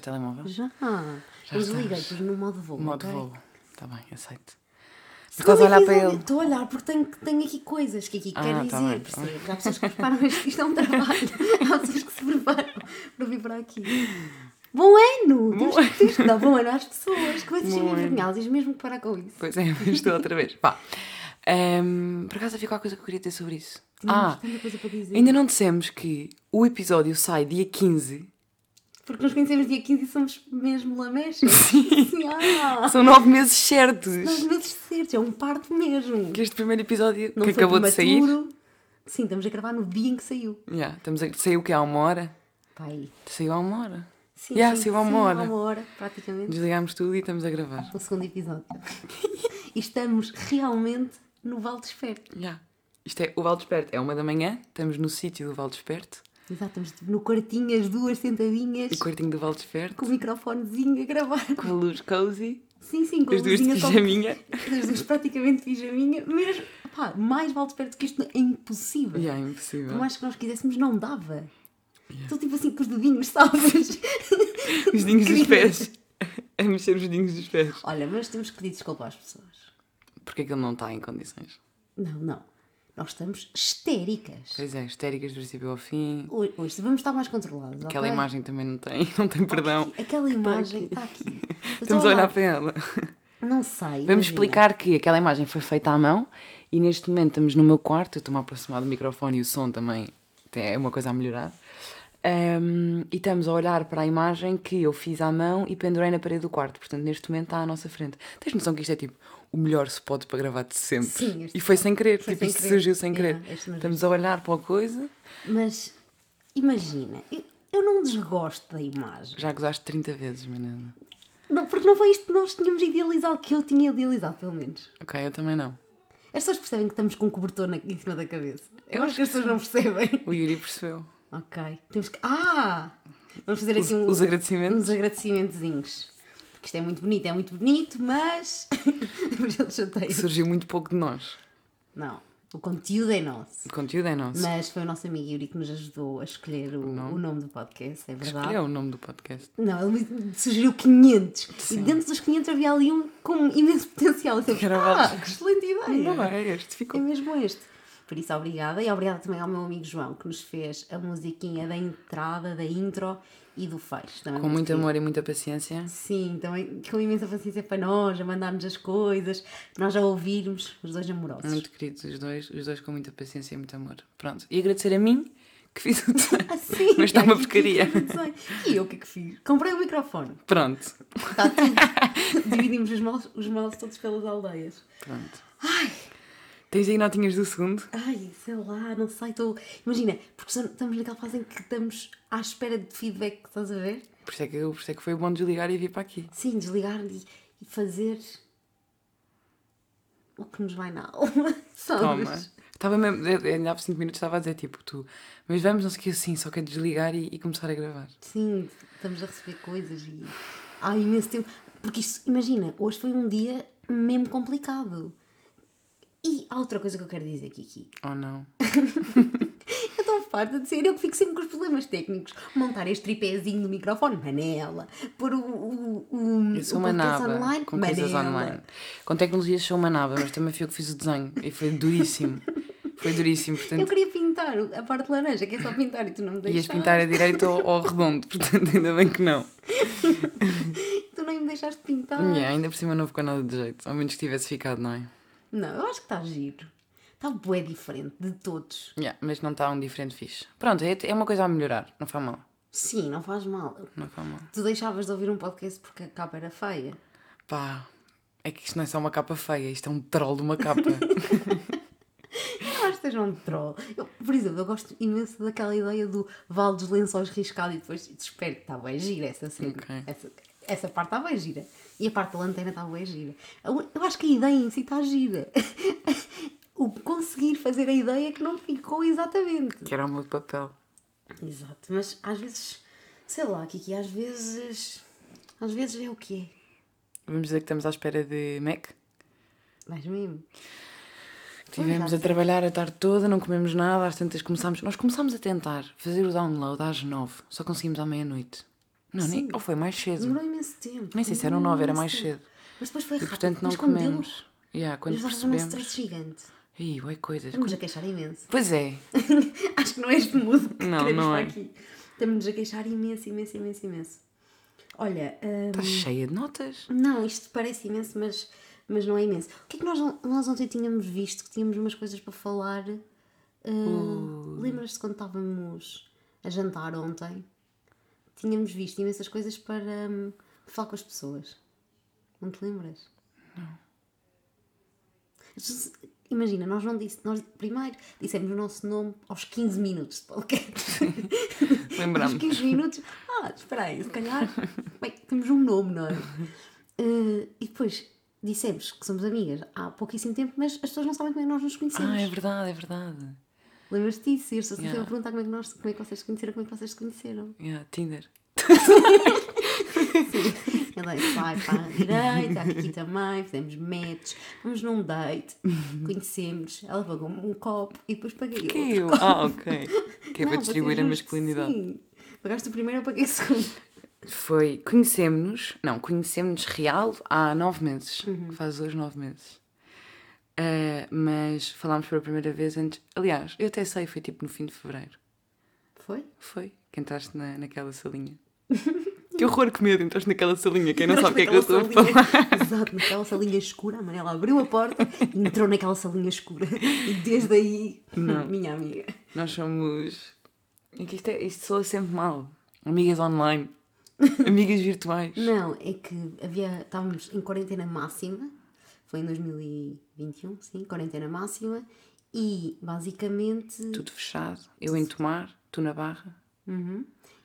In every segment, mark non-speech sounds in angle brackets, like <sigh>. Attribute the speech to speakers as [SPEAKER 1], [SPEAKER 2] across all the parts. [SPEAKER 1] telemóvel?
[SPEAKER 2] Já. eu desliguei,
[SPEAKER 1] estás.
[SPEAKER 2] pus no modo voo.
[SPEAKER 1] Modo
[SPEAKER 2] ok?
[SPEAKER 1] voo. Está bem, aceito.
[SPEAKER 2] Se
[SPEAKER 1] Estás a
[SPEAKER 2] não
[SPEAKER 1] olhar para
[SPEAKER 2] diz-
[SPEAKER 1] ele.
[SPEAKER 2] Estou a olhar porque tenho, tenho aqui coisas que aqui
[SPEAKER 1] Ah,
[SPEAKER 2] quero
[SPEAKER 1] tá
[SPEAKER 2] dizer,
[SPEAKER 1] bem, tá bem.
[SPEAKER 2] percebes? Há pessoas que preparam isto, isto é
[SPEAKER 1] <laughs>
[SPEAKER 2] um trabalho. Há pessoas que se preparam para vir para aqui. Bom ano! Temos, que- temos que dar bom ano às pessoas. Que coisas
[SPEAKER 1] Bom ano.
[SPEAKER 2] envergonhadas, tens mesmo que parar com isso.
[SPEAKER 1] Pois é, <laughs> mas estou outra vez. Pá. Ehm, por acaso havia qualquer coisa que eu queria ter sobre isso.
[SPEAKER 2] Tínhamos
[SPEAKER 1] ah,
[SPEAKER 2] tanta coisa para dizer.
[SPEAKER 1] ainda não dissemos que o episódio sai dia 15.
[SPEAKER 2] Porque nos conhecemos dia 15 e somos
[SPEAKER 1] <laughs>
[SPEAKER 2] mesmo lamechas. Sim. ah,
[SPEAKER 1] São nove meses certos.
[SPEAKER 2] nós meses certos, é um parto mesmo.
[SPEAKER 1] Que este primeiro episódio
[SPEAKER 2] Não
[SPEAKER 1] que
[SPEAKER 2] foi
[SPEAKER 1] acabou de sair.
[SPEAKER 2] prematuro. Sim, estamos a gravar no dia em que saiu.
[SPEAKER 1] Yeah, estamos a... Saiu o que há uma hora?
[SPEAKER 2] Pai.
[SPEAKER 1] Saiu há uma hora.
[SPEAKER 2] Sim,
[SPEAKER 1] Yeah,
[SPEAKER 2] sim,
[SPEAKER 1] saiu há uma
[SPEAKER 2] sim,
[SPEAKER 1] hora.
[SPEAKER 2] Há uma hora, praticamente.
[SPEAKER 1] Desligámos tudo e estamos a gravar.
[SPEAKER 2] o segundo episódio. <laughs> e estamos realmente no Val Desperto.
[SPEAKER 1] Yeah. Isto é o Val Desperto. É uma da manhã, estamos no sítio do Val Desperto.
[SPEAKER 2] Exato, estamos tipo, no quartinho, as duas sentadinhas,
[SPEAKER 1] O quartinho do Val Desperto.
[SPEAKER 2] com o microfonezinho a <laughs> gravar.
[SPEAKER 1] Com a luz cozy.
[SPEAKER 2] Sim, sim, com a
[SPEAKER 1] As duas
[SPEAKER 2] luzinha
[SPEAKER 1] de
[SPEAKER 2] com-
[SPEAKER 1] pijaminha.
[SPEAKER 2] As duas praticamente pijaminha. Mas, pá, mais Val Desperto que isto é impossível.
[SPEAKER 1] Yeah, impossível.
[SPEAKER 2] Por mais que nós quiséssemos, não dava. Estou tipo assim com os dedinhos, <laughs> sabes?
[SPEAKER 1] Os dinhos dos
[SPEAKER 2] Queria.
[SPEAKER 1] pés. <laughs> A mexer os dinhos dos pés.
[SPEAKER 2] Olha, mas temos que pedir desculpa às pessoas.
[SPEAKER 1] Porque é que ele não está em condições?
[SPEAKER 2] Não, não. Nós estamos histéricas.
[SPEAKER 1] Pois é, histéricas do princípio ao fim.
[SPEAKER 2] Hoje, hoje vamos estar mais controlados.
[SPEAKER 1] Aquela
[SPEAKER 2] ok?
[SPEAKER 1] imagem também não tem, <laughs> não tem perdão.
[SPEAKER 2] Aquela imagem
[SPEAKER 1] <laughs>
[SPEAKER 2] está aqui. Eu
[SPEAKER 1] Estamos
[SPEAKER 2] estou
[SPEAKER 1] a olhar para ela.
[SPEAKER 2] Não sei.
[SPEAKER 1] Vamos
[SPEAKER 2] imagina.
[SPEAKER 1] explicar que aquela imagem foi feita à mão e neste momento estamos no meu quarto. Eu estou-me a aproximar do microfone e o som também é uma coisa a melhorar. Ahm, e estamos a olhar para a imagem que eu fiz à mão e pendurei na parede do quarto. Portanto, neste momento está à nossa frente. Tens noção que isto é tipo o melhor spot para gravar de sempre?
[SPEAKER 2] Sim, este
[SPEAKER 1] e foi
[SPEAKER 2] spot
[SPEAKER 1] sem querer,
[SPEAKER 2] foi
[SPEAKER 1] tipo,
[SPEAKER 2] sem
[SPEAKER 1] isto
[SPEAKER 2] querer.
[SPEAKER 1] surgiu sem querer.
[SPEAKER 2] Yeah, este mesmo.
[SPEAKER 1] estamos a olhar para a coisa.
[SPEAKER 2] Mas imagina, eu, eu não desgosto da imagem.
[SPEAKER 1] Já gozaste 30 vezes, menina.
[SPEAKER 2] Não, porque não foi isto que nós tínhamos idealizado, que eu tinha idealizado, pelo menos.
[SPEAKER 1] Ok, eu também não.
[SPEAKER 2] As pessoas percebem que estamos com um cobertor na, em cima da cabeça. Eu,
[SPEAKER 1] Eu
[SPEAKER 2] acho que as pessoas não percebem. <laughs>
[SPEAKER 1] O Yuri percebeu.
[SPEAKER 2] ok. Temos que. Ah! Vamos fazer
[SPEAKER 1] Os,
[SPEAKER 2] aqui um-
[SPEAKER 1] os agradecimentos.
[SPEAKER 2] uns agradecimentozinhos. Porque isto é muito bonito, é muito bonito, mas. <laughs> mas eles chateiam.
[SPEAKER 1] Surgiu muito pouco de nós.
[SPEAKER 2] Não. O conteúdo é
[SPEAKER 1] O
[SPEAKER 2] nosso.
[SPEAKER 1] conteúdo é nosso.
[SPEAKER 2] Mas foi o nosso amigo Yuri que nos ajudou a escolher o, o nome do podcast, é verdade.
[SPEAKER 1] Escolheu o nome do podcast.
[SPEAKER 2] Não, ele me sugeriu 500. E dentro dos 500 havia ali um com imenso potencial. Eu pensei,
[SPEAKER 1] Que era
[SPEAKER 2] ah,
[SPEAKER 1] válido."
[SPEAKER 2] que excelente ideia!
[SPEAKER 1] Não é este,
[SPEAKER 2] É
[SPEAKER 1] ficou.
[SPEAKER 2] mesmo este. Por isso, obrigada. E obrigada também ao meu amigo João, que nos fez a musiquinha da entrada, da intro e do fecho. Também
[SPEAKER 1] Com
[SPEAKER 2] muito
[SPEAKER 1] muito
[SPEAKER 2] querido.
[SPEAKER 1] amor e muita paciência.
[SPEAKER 2] Sim, também com imensa paciência para nós, a mandar-nos as coisas, nós a ouvirmos, os dois amorosos.
[SPEAKER 1] Muito queridos os dois, os dois com muita paciência e muito amor. Pronto. E agradecer a mim que fiz o desenho. <laughs>
[SPEAKER 2] Ah, sim,
[SPEAKER 1] Mas
[SPEAKER 2] <laughs>
[SPEAKER 1] está uma
[SPEAKER 2] aqui
[SPEAKER 1] porcaria.
[SPEAKER 2] fica o desenho. E eu o que é que fiz? Comprei o microfone.
[SPEAKER 1] Pronto.
[SPEAKER 2] Está Tá tudo. Dividimos os males, os males todos pelas aldeias.
[SPEAKER 1] Pronto.
[SPEAKER 2] Ai,
[SPEAKER 1] Tens aí notinhas do segundo?
[SPEAKER 2] ai, sei lá, não sei, estou. Imagina, porque estamos- estamos naquela fase em que estamos à espera de feedback, estás a ver?
[SPEAKER 1] Por isso é que, eu- por isso é que foi bom desligar e vir para aqui.
[SPEAKER 2] Sim, desligar e, e fazer o que nos vai na alma. <laughs> Sabes?
[SPEAKER 1] Toma. Estava mesmo, eu- eu ainda há 5 minutos estava a dizer tipo tu, mas vamos, não sei o que, assim, só quero desligar e, e começar a gravar.
[SPEAKER 2] Sim, estamos a receber coisas e há imenso tempo. Porque isto, imagina, hoje foi um dia mesmo complicado. E há outra coisa que eu quero dizer, Kiki.
[SPEAKER 1] Ou não?
[SPEAKER 2] Eu estou farta de ser eu que fico sempre com os problemas técnicos. Montar este tripézinho do microfone, manela. Pôr o, o, o,
[SPEAKER 1] Eu sou
[SPEAKER 2] o
[SPEAKER 1] uma
[SPEAKER 2] podcast
[SPEAKER 1] naba
[SPEAKER 2] online,
[SPEAKER 1] é com coisas
[SPEAKER 2] manela.
[SPEAKER 1] online. Com tecnologias sou uma naba, mas também fui eu que fiz o desenho e foi duríssimo. Foi duríssimo, portanto
[SPEAKER 2] Eu queria pintar a parte laranja, que é só pintar e tu não me
[SPEAKER 1] Ias
[SPEAKER 2] deixaste.
[SPEAKER 1] pintar a direito ou ou ao redondo, <laughs> portanto, ainda bem que não.
[SPEAKER 2] Tu nem me deixaste pintar.
[SPEAKER 1] Yeah, ainda por cima não ficou nada de jeito, ao menos que tivesse ficado, não é?
[SPEAKER 2] Não, eu acho que está giro. Está bué diferente de todos.
[SPEAKER 1] Yeah, mas não está um diferente fixe. Pronto, é, é uma coisa a melhorar, não foi mal.
[SPEAKER 2] Sim, não faz mal.
[SPEAKER 1] Não foi mal.
[SPEAKER 2] Tu deixavas de ouvir um podcast porque a capa era feia.
[SPEAKER 1] Pá, é que isto não é só uma capa feia, isto é um troll de uma capa.
[SPEAKER 2] Eu acho que esteja um troll. Eu, por exemplo, eu gosto imenso daquela ideia do vale dos lençóis riscado e depois espero que está bem gira essa cena.
[SPEAKER 1] Ok.
[SPEAKER 2] Essa, essa parte está bem gira. E a parte da lanterna está bem gira. Eu, eu acho que a ideia em si está gira. <laughs> o conseguir fazer a ideia que não ficou exatamente.
[SPEAKER 1] <laughs> que era o meu papel.
[SPEAKER 2] Exato, mas às vezes, sei lá, Kiki, às vezes. Às vezes é o que é.
[SPEAKER 1] Vamos dizer que estamos à espera de Mac.
[SPEAKER 2] Mas mesmo.
[SPEAKER 1] Estivemos a trabalhar a tarde toda, não comemos nada, às tantas começámos. Nós começámos a tentar fazer o download às nove, só conseguimos à meia-noite. Não, nem,
[SPEAKER 2] Sim.
[SPEAKER 1] ou foi mais cedo.
[SPEAKER 2] Demorou imenso tempo.
[SPEAKER 1] Nem sei se era um
[SPEAKER 2] Demorou
[SPEAKER 1] nove, era
[SPEAKER 2] imenso
[SPEAKER 1] mais
[SPEAKER 2] tempo.
[SPEAKER 1] cedo.
[SPEAKER 2] Mas depois foi
[SPEAKER 1] E
[SPEAKER 2] rápido.
[SPEAKER 1] portanto não
[SPEAKER 2] Mas quando deu,
[SPEAKER 1] comemos. Yeah, quando
[SPEAKER 2] Nós estávamos num
[SPEAKER 1] percebemos.
[SPEAKER 2] stress gigante.
[SPEAKER 1] Ih, ué, coisas.
[SPEAKER 2] Estamos a queixar imenso. <laughs>
[SPEAKER 1] Pois é.
[SPEAKER 2] Acho que não é este mudo que
[SPEAKER 1] Não,
[SPEAKER 2] queremos
[SPEAKER 1] não
[SPEAKER 2] para
[SPEAKER 1] é.
[SPEAKER 2] aqui. Estamos-nos a queixar imenso, imenso, imenso, imenso. Olha, hum,
[SPEAKER 1] Está tá cheia de notas.
[SPEAKER 2] não, isto parece imenso, mas, mas não é imenso. O que é que nós, on- nós ontem tínhamos visto? Que tínhamos umas coisas para falar. Hum, Lembras-te quando estávamos a jantar ontem? Tínhamos visto imensas coisas para hum, falar com as pessoas. Não te lembras? Just- Imagina, nós não disse, nós primeiro dissemos o nosso nome aos 15 minutos de podcast. aos
[SPEAKER 1] Lembramos.
[SPEAKER 2] 15 minutos, ah, espera aí, se calhar, bem, temos um nome, não é? Eh, e depois dissemos que somos amigas há pouquíssimo tempo, mas as pessoas não sabem como é que nós nos conhecemos.
[SPEAKER 1] Ah, é verdade, é verdade.
[SPEAKER 2] Lembras-te disso? E as pessoas
[SPEAKER 1] Yeah.
[SPEAKER 2] yeah. a perguntar como é, que nós, como é que vocês se conheceram, como é que vocês se conheceram.
[SPEAKER 1] Yeah, Tinder.
[SPEAKER 2] Ela é vai para a direita, aqui também, fizemos match, fomos num date, conhecemos, ela pagou-me um copo e depois paguei
[SPEAKER 1] Que eu?
[SPEAKER 2] outro.
[SPEAKER 1] Ah, ok. Que é
[SPEAKER 2] Não,
[SPEAKER 1] para distribuir a
[SPEAKER 2] vocês não-
[SPEAKER 1] masculinidade.
[SPEAKER 2] Sim. Pagaste o primeiro, eu paguei o segundo.
[SPEAKER 1] Foi. Conhecemos-nos. Não, conhecemos-nos real há nove meses. Faz hoje nove meses. Ah, mas falámos pela primeira vez antes. Aliás, eu até sei, foi tipo no fim de fevereiro.
[SPEAKER 2] Foi?
[SPEAKER 1] Foi. Que entraste na, naquela salinha. que horror, que medo, entraste naquela salinha. Quem não sabe o que é que eu estou a falar. <laughs>
[SPEAKER 2] falar. Exato, naquela salinha escura, a Manela abriu a porta e entrou naquela salinha escura. E desde aí, minha amiga.
[SPEAKER 1] Nós somos. É que isto, é, isto soa sempre mal. Amigas
[SPEAKER 2] <laughs>
[SPEAKER 1] online. Amigas virtuais.
[SPEAKER 2] Não, é que havia, estávamos em quarentena máxima, foi em 2021, sim, quarentena máxima, e basicamente,
[SPEAKER 1] Tudo fechado. Eu em tomar, tu na barra.
[SPEAKER 2] Uhum.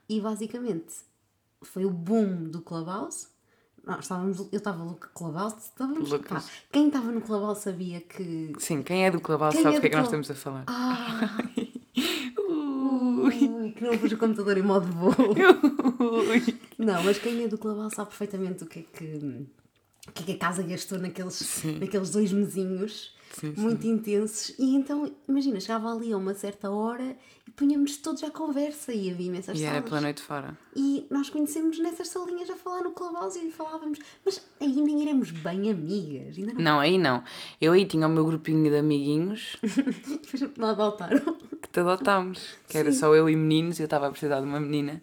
[SPEAKER 2] e basicamente foi o boom do Clubhouse. Nós estávamos, eu estava no Clubhouse, estávamos,
[SPEAKER 1] Loucas.
[SPEAKER 2] pá, quem estava no Clubhouse sabia que
[SPEAKER 1] Sim, quem é do Clubhouse
[SPEAKER 2] Quem
[SPEAKER 1] sabe
[SPEAKER 2] é
[SPEAKER 1] do que é
[SPEAKER 2] do
[SPEAKER 1] que nós
[SPEAKER 2] Club-
[SPEAKER 1] estamos a falar.
[SPEAKER 2] Ah,
[SPEAKER 1] Ui.
[SPEAKER 2] ui, que não pus o computador em modo voo.
[SPEAKER 1] <laughs>
[SPEAKER 2] <laughs>
[SPEAKER 1] Ui.
[SPEAKER 2] Não, mas quem é do Clubhouse sabe perfeitamente o que é que, o que, é que a casa gastou naqueles, naqueles dois mesinhos
[SPEAKER 1] Sim, sim.
[SPEAKER 2] muito intensos. E então, imagina, chegava ali a uma certa hora e punhamos todos à conversa e havia imensas
[SPEAKER 1] E era
[SPEAKER 2] salas.
[SPEAKER 1] pela noite fora.
[SPEAKER 2] E nós conhecemos nessas salinhas a falar no Clubhouse e falávamos, mas aí nem éramos bem amigas, ainda não. <laughs>
[SPEAKER 1] Não, aí não. Eu aí tinha o meu grupinho de amiguinhos
[SPEAKER 2] Depois não adotaram.
[SPEAKER 1] que te adotámos. Que era só eu e meninos, eu estava a precisar de uma menina.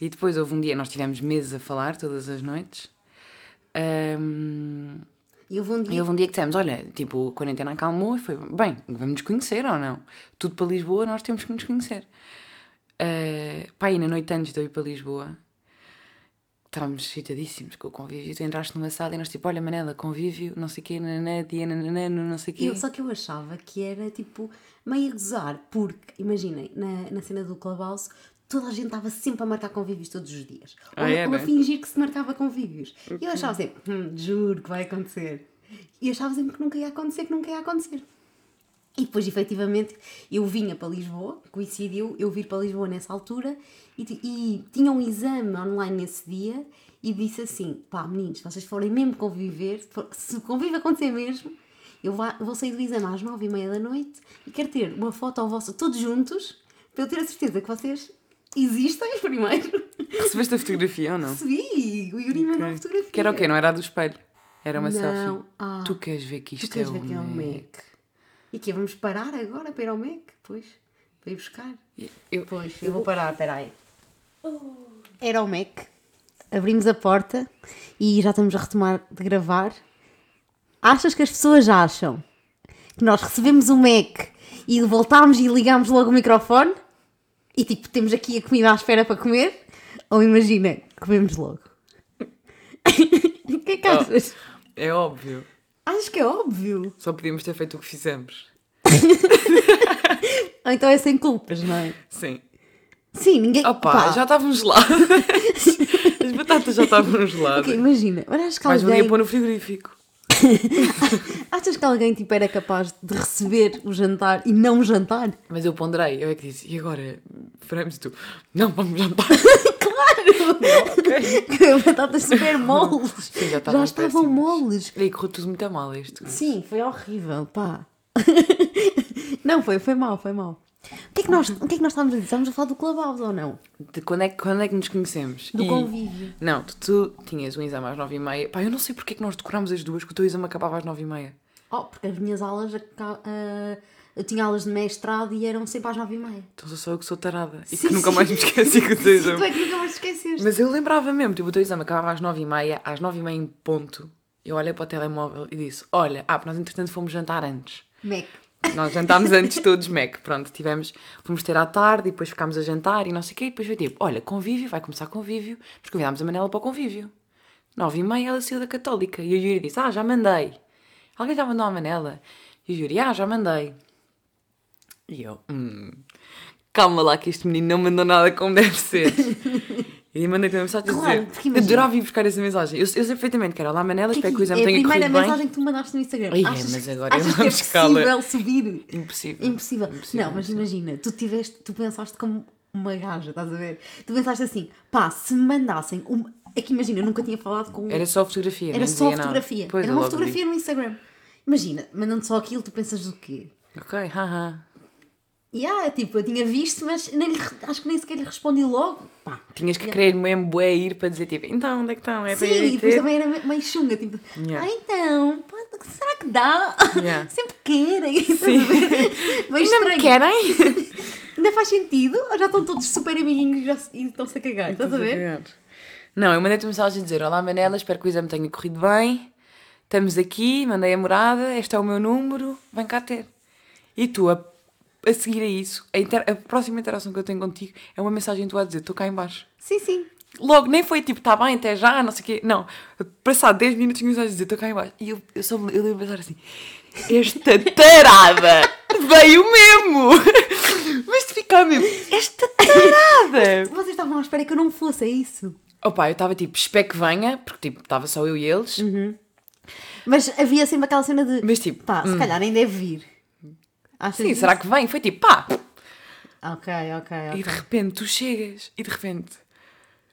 [SPEAKER 1] E depois houve um dia, nós tivemos meses a falar todas as noites. Ahm,
[SPEAKER 2] E houve um
[SPEAKER 1] E
[SPEAKER 2] dia
[SPEAKER 1] houve um dia que dissemos, olha, tipo, a quarentena acalmou e foi, bem, vamos nos conhecer ou não? Tudo para Lisboa, nós temos que nos conhecer. Uh, pá, e na noite antes de eu ir para Lisboa, estávamos excitadíssimos com o convívio. Tu entraste numa sala e nós tipo, olha Manela, convívio, não sei o quê, nananã, dia nananã, no não sei o quê.
[SPEAKER 2] Eu, só que eu achava que era tipo meio a gozar, porque imaginem, na, na cena do Clubhouse toda a gente estava sempre a marcar convívios todos os dias. Ou,
[SPEAKER 1] Ah, é,
[SPEAKER 2] ou a
[SPEAKER 1] né?
[SPEAKER 2] fingir que se marcava convívios. E eu achava sempre, "Hum, juro que vai acontecer. E achava sempre que nunca ia acontecer, que nunca ia acontecer. E depois, efetivamente, eu vinha para Lisboa, coincidiu eu vir para Lisboa nessa altura e, ti- e tinha um exame online nesse dia e disse assim: pá, meninos, se vocês forem mesmo conviver, se for- se o convívio acontecer mesmo, eu vá- vou sair do exame às nove e meia da noite e quero ter uma foto ao vosso todos juntos para eu ter a certeza que vocês existem <laughs> primeiro.
[SPEAKER 1] Recebeste a fotografia ou não?
[SPEAKER 2] Recebi! O Yuri mandou a
[SPEAKER 1] Ok.
[SPEAKER 2] fotografia.
[SPEAKER 1] Que era o quê? Não era a do espelho? Era uma
[SPEAKER 2] Não,
[SPEAKER 1] selfie.
[SPEAKER 2] ah.
[SPEAKER 1] tu queres ver que isto
[SPEAKER 2] Tu queres
[SPEAKER 1] é
[SPEAKER 2] ver
[SPEAKER 1] o
[SPEAKER 2] que é o
[SPEAKER 1] Mac?
[SPEAKER 2] Mac? E que vamos parar agora para ir ao Mac? Pois, para ir buscar.
[SPEAKER 1] Eu,
[SPEAKER 2] Pois, eu vou parar, espera aí. Era o Mac. Abrimos a porta e já estamos a retomar de gravar. Achas que as pessoas acham que nós recebemos o Mac e voltámos e ligámos logo o microfone e tipo temos aqui a comida à espera para comer? Ou imagina, comemos logo? <laughs> O que é
[SPEAKER 1] Oh.
[SPEAKER 2] que achas?
[SPEAKER 1] é óbvio.
[SPEAKER 2] Achas que é óbvio?
[SPEAKER 1] Só podíamos ter feito o que fizemos.
[SPEAKER 2] Ou então é sem culpas, não é?
[SPEAKER 1] Sim.
[SPEAKER 2] Sim, ninguém.
[SPEAKER 1] Opa,
[SPEAKER 2] Pá,
[SPEAKER 1] já estavam geladas. As batatas já estavam geladas.
[SPEAKER 2] <laughs> ok, imagina, mas achas que
[SPEAKER 1] Mais um
[SPEAKER 2] alguém.
[SPEAKER 1] dia pôr no frigorífico.
[SPEAKER 2] Achas que alguém tipo, era capaz de receber o jantar e não jantar? <laughs>
[SPEAKER 1] Mas eu ponderei, eu é que disse, e agora? Faremos tu. Não, vamos
[SPEAKER 2] <laughs>
[SPEAKER 1] jantar.
[SPEAKER 2] Claro! Batatas é super moles!
[SPEAKER 1] Sim, já
[SPEAKER 2] já estavam,
[SPEAKER 1] estavam péssimas.
[SPEAKER 2] moles!
[SPEAKER 1] E aí correu tudo muito a mal isto.
[SPEAKER 2] <laughs> Sim, foi horrível, pá! não, foi, foi mal, foi mal. O que é que nós, o que é que nós estávamos a dizer? Estávamos a falar do Clubhouse ou não?
[SPEAKER 1] De quando é, que- quando é que nos conhecemos?
[SPEAKER 2] Do
[SPEAKER 1] E-
[SPEAKER 2] convívio.
[SPEAKER 1] Não, tu, tu tinhas um exame às nove e meia. Pá, eu não sei porque é que nós decorámos as duas que o teu exame acabava às nove e meia.
[SPEAKER 2] Oh, porque as minhas aulas. aca- ah, eu tinha aulas de mestrado e eram sempre às nove e meia.
[SPEAKER 1] Então sou só eu que sou tarada. E
[SPEAKER 2] Sim,
[SPEAKER 1] que nunca
[SPEAKER 2] sim.
[SPEAKER 1] mais me esqueci que o
[SPEAKER 2] <laughs>
[SPEAKER 1] teu
[SPEAKER 2] Tu
[SPEAKER 1] exame.
[SPEAKER 2] é que nunca mais te esqueceste.
[SPEAKER 1] Mas eu lembrava mesmo, tipo, o teu exame acabava às nove e meia, às nove e meia em ponto. Eu olhei para o telemóvel e disse, olha, ah, porque nós entretanto fomos jantar antes.
[SPEAKER 2] Mac.
[SPEAKER 1] Nós jantámos antes todos, Mac. Pronto, tivemos, fomos ter à tarde e depois ficámos a jantar e não sei o quê. E depois foi tipo, olha, convívio, vai começar convívio. Nós convidámos a Manela para o convívio. Nove e meia ela saiu da Católica. E o Yuri disse, ah, já mandei. Alguém já mandou a Manela? E o Yuri, ah, já mandei. E eu, hum, calma lá que este menino não mandou nada como deve ser. e mandei-te uma mensagem a
[SPEAKER 2] Claro,
[SPEAKER 1] dizer,
[SPEAKER 2] porque
[SPEAKER 1] eu
[SPEAKER 2] imagina.
[SPEAKER 1] adorava ir buscar essa mensagem. Eu, eu sei perfeitamente que era, olá Manela,
[SPEAKER 2] Que
[SPEAKER 1] espero que o
[SPEAKER 2] aqui
[SPEAKER 1] exame
[SPEAKER 2] é a
[SPEAKER 1] tenha
[SPEAKER 2] primeira
[SPEAKER 1] corrido bem.
[SPEAKER 2] mensagem que tu mandaste no Instagram.
[SPEAKER 1] Ai, é,
[SPEAKER 2] achas,
[SPEAKER 1] mas agora
[SPEAKER 2] achas
[SPEAKER 1] é
[SPEAKER 2] que
[SPEAKER 1] uma
[SPEAKER 2] é
[SPEAKER 1] escala.
[SPEAKER 2] possível subir? É
[SPEAKER 1] Impossível.
[SPEAKER 2] Impossível. não, mas imagina, tu tiveste, tu pensaste como uma gaja, estás a ver? Tu pensaste assim, pá, se me mandassem uma. É que imagina, eu nunca tinha falado com um,
[SPEAKER 1] Era só fotografia,
[SPEAKER 2] Era
[SPEAKER 1] nem
[SPEAKER 2] só
[SPEAKER 1] dizia nada.
[SPEAKER 2] fotografia.
[SPEAKER 1] Pois,
[SPEAKER 2] Era
[SPEAKER 1] eu
[SPEAKER 2] uma
[SPEAKER 1] logo
[SPEAKER 2] fotografia no Instagram. Imagina, mandando só aquilo, tu pensas o quê?
[SPEAKER 1] digo, Ok, haha.
[SPEAKER 2] E ah, tipo, eu tinha visto, mas nem lhe re- acho que nem sequer lhe respondi logo. Pá.
[SPEAKER 1] Tinhas que querer mesmo bué ir para dizer tipo, então onde é que estão? É para
[SPEAKER 2] Sim, e
[SPEAKER 1] ir
[SPEAKER 2] depois
[SPEAKER 1] ter?
[SPEAKER 2] também era me- meio chunga, tipo,
[SPEAKER 1] Yeah.
[SPEAKER 2] ah, então, pá, será que dá?
[SPEAKER 1] Yeah.
[SPEAKER 2] <laughs> Sempre querem. Sim.
[SPEAKER 1] <laughs>
[SPEAKER 2] Meio
[SPEAKER 1] Ainda me
[SPEAKER 2] estranho.
[SPEAKER 1] querem?
[SPEAKER 2] Ainda faz sentido? Ou já estão todos super amiguinhos e já se- e estão-se a cagar? <laughs> Estás a ver?
[SPEAKER 1] Não, eu mandei-te uma mensagem a dizer, olá Manela, espero que o exame tenha corrido bem. Estamos aqui, mandei a morada, este é o meu número, vem cá ter. E tu, a, a seguir a isso, a, inter- a próxima interação que eu tenho contigo é uma mensagem tua a dizer, estou cá em baixo.
[SPEAKER 2] Sim, sim.
[SPEAKER 1] Logo, nem foi tipo, tá bem, até já, não sei o quê. Não, passado 10 minutos tinha a dizer, estou cá embaixo. E eu, eu só me- eu lembro de pensar assim, esta tarada veio mesmo. <laughs> Mas de ficar mesmo,
[SPEAKER 2] <laughs>
[SPEAKER 1] esta tarada.
[SPEAKER 2] Vocês estavam à espera que eu não fosse, é isso?
[SPEAKER 1] <laughs> Opa, eu estava tipo, espero que venha, porque tipo, estava só eu e eles.
[SPEAKER 2] Mas havia sempre aquela cena de,
[SPEAKER 1] Mas tipo,
[SPEAKER 2] pá, se calhar nem deve vir. Achas
[SPEAKER 1] sim, será que vem? Foi tipo, pá. Então.
[SPEAKER 2] Ok, ok,
[SPEAKER 1] E
[SPEAKER 2] ok.
[SPEAKER 1] de repente tu chegas e de repente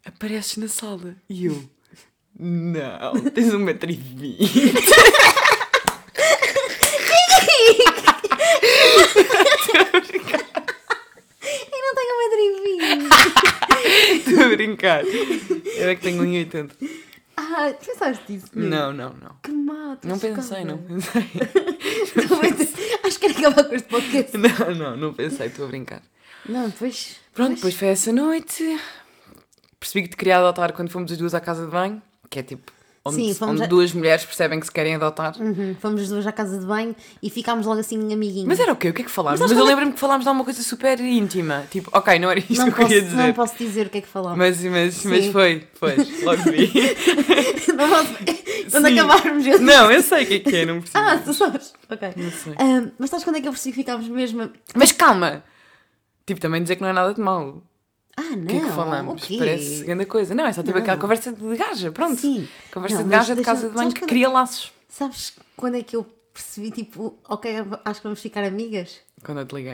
[SPEAKER 1] apareces na sala. E eu, não, tens um metro e vinte. <laughs>
[SPEAKER 2] Eu não tenho
[SPEAKER 1] <laughs>
[SPEAKER 2] medo de vir.
[SPEAKER 1] Estou a brincar. Eu é que tenho 1,80.
[SPEAKER 2] Ah, tu pensaste isso? meu?
[SPEAKER 1] Não, não, não.
[SPEAKER 2] Que mato.
[SPEAKER 1] Não
[SPEAKER 2] chocada.
[SPEAKER 1] pensei,
[SPEAKER 2] <laughs>
[SPEAKER 1] não pensei. <laughs>
[SPEAKER 2] Estou a- Acho que era acabar com este podcast.
[SPEAKER 1] Não, não, não pensei, estou a brincar.
[SPEAKER 2] Não, depois.
[SPEAKER 1] Pronto, depois foi essa noite. Percebi que te queria adotar quando fomos as duas à casa de banho, que é tipo onde,
[SPEAKER 2] Sim, fomos
[SPEAKER 1] onde
[SPEAKER 2] a-
[SPEAKER 1] duas mulheres percebem que se querem adotar.
[SPEAKER 2] Uhum, Fomos as duas à casa de banho e ficámos logo assim amiguinhos.
[SPEAKER 1] Mas era o quê? O que é que falámos?
[SPEAKER 2] Mas
[SPEAKER 1] Mas,
[SPEAKER 2] nós
[SPEAKER 1] eu
[SPEAKER 2] também-
[SPEAKER 1] lembro-me que falámos de alguma coisa super íntima. Tipo, ok, não era isto
[SPEAKER 2] não,
[SPEAKER 1] que eu queria
[SPEAKER 2] posso, não
[SPEAKER 1] dizer.
[SPEAKER 2] posso dizer o que é que falámos.
[SPEAKER 1] Mas, mas, mas
[SPEAKER 2] Sim.
[SPEAKER 1] foi, foi, logo vi.
[SPEAKER 2] <laughs> Não posso- <laughs> Quando
[SPEAKER 1] Sim.
[SPEAKER 2] acabarmos, eu
[SPEAKER 1] Não, eu sei o que é que é, não percebi.
[SPEAKER 2] Ah, tu sabes. Ok.
[SPEAKER 1] sei.
[SPEAKER 2] Ahm, mas sabes quando é que eu percebi que ficámos mesmo. a-
[SPEAKER 1] Mas calma! Tipo, também dizer que não é nada de mal.
[SPEAKER 2] Ah, não.
[SPEAKER 1] O que é que falamos?
[SPEAKER 2] o quê?
[SPEAKER 1] Parece segunda coisa. Não, é só tipo aquela conversa de gaja, pronto.
[SPEAKER 2] Sim.
[SPEAKER 1] Conversa
[SPEAKER 2] Não,
[SPEAKER 1] de
[SPEAKER 2] mas um
[SPEAKER 1] gaja de
[SPEAKER 2] deixa-
[SPEAKER 1] casa de banho
[SPEAKER 2] sabes
[SPEAKER 1] que
[SPEAKER 2] quando- é-
[SPEAKER 1] cria laços.
[SPEAKER 2] Sabes quando é que eu percebi, tipo, ok, acho que vamos ficar amigas?
[SPEAKER 1] Quando eu te liguei.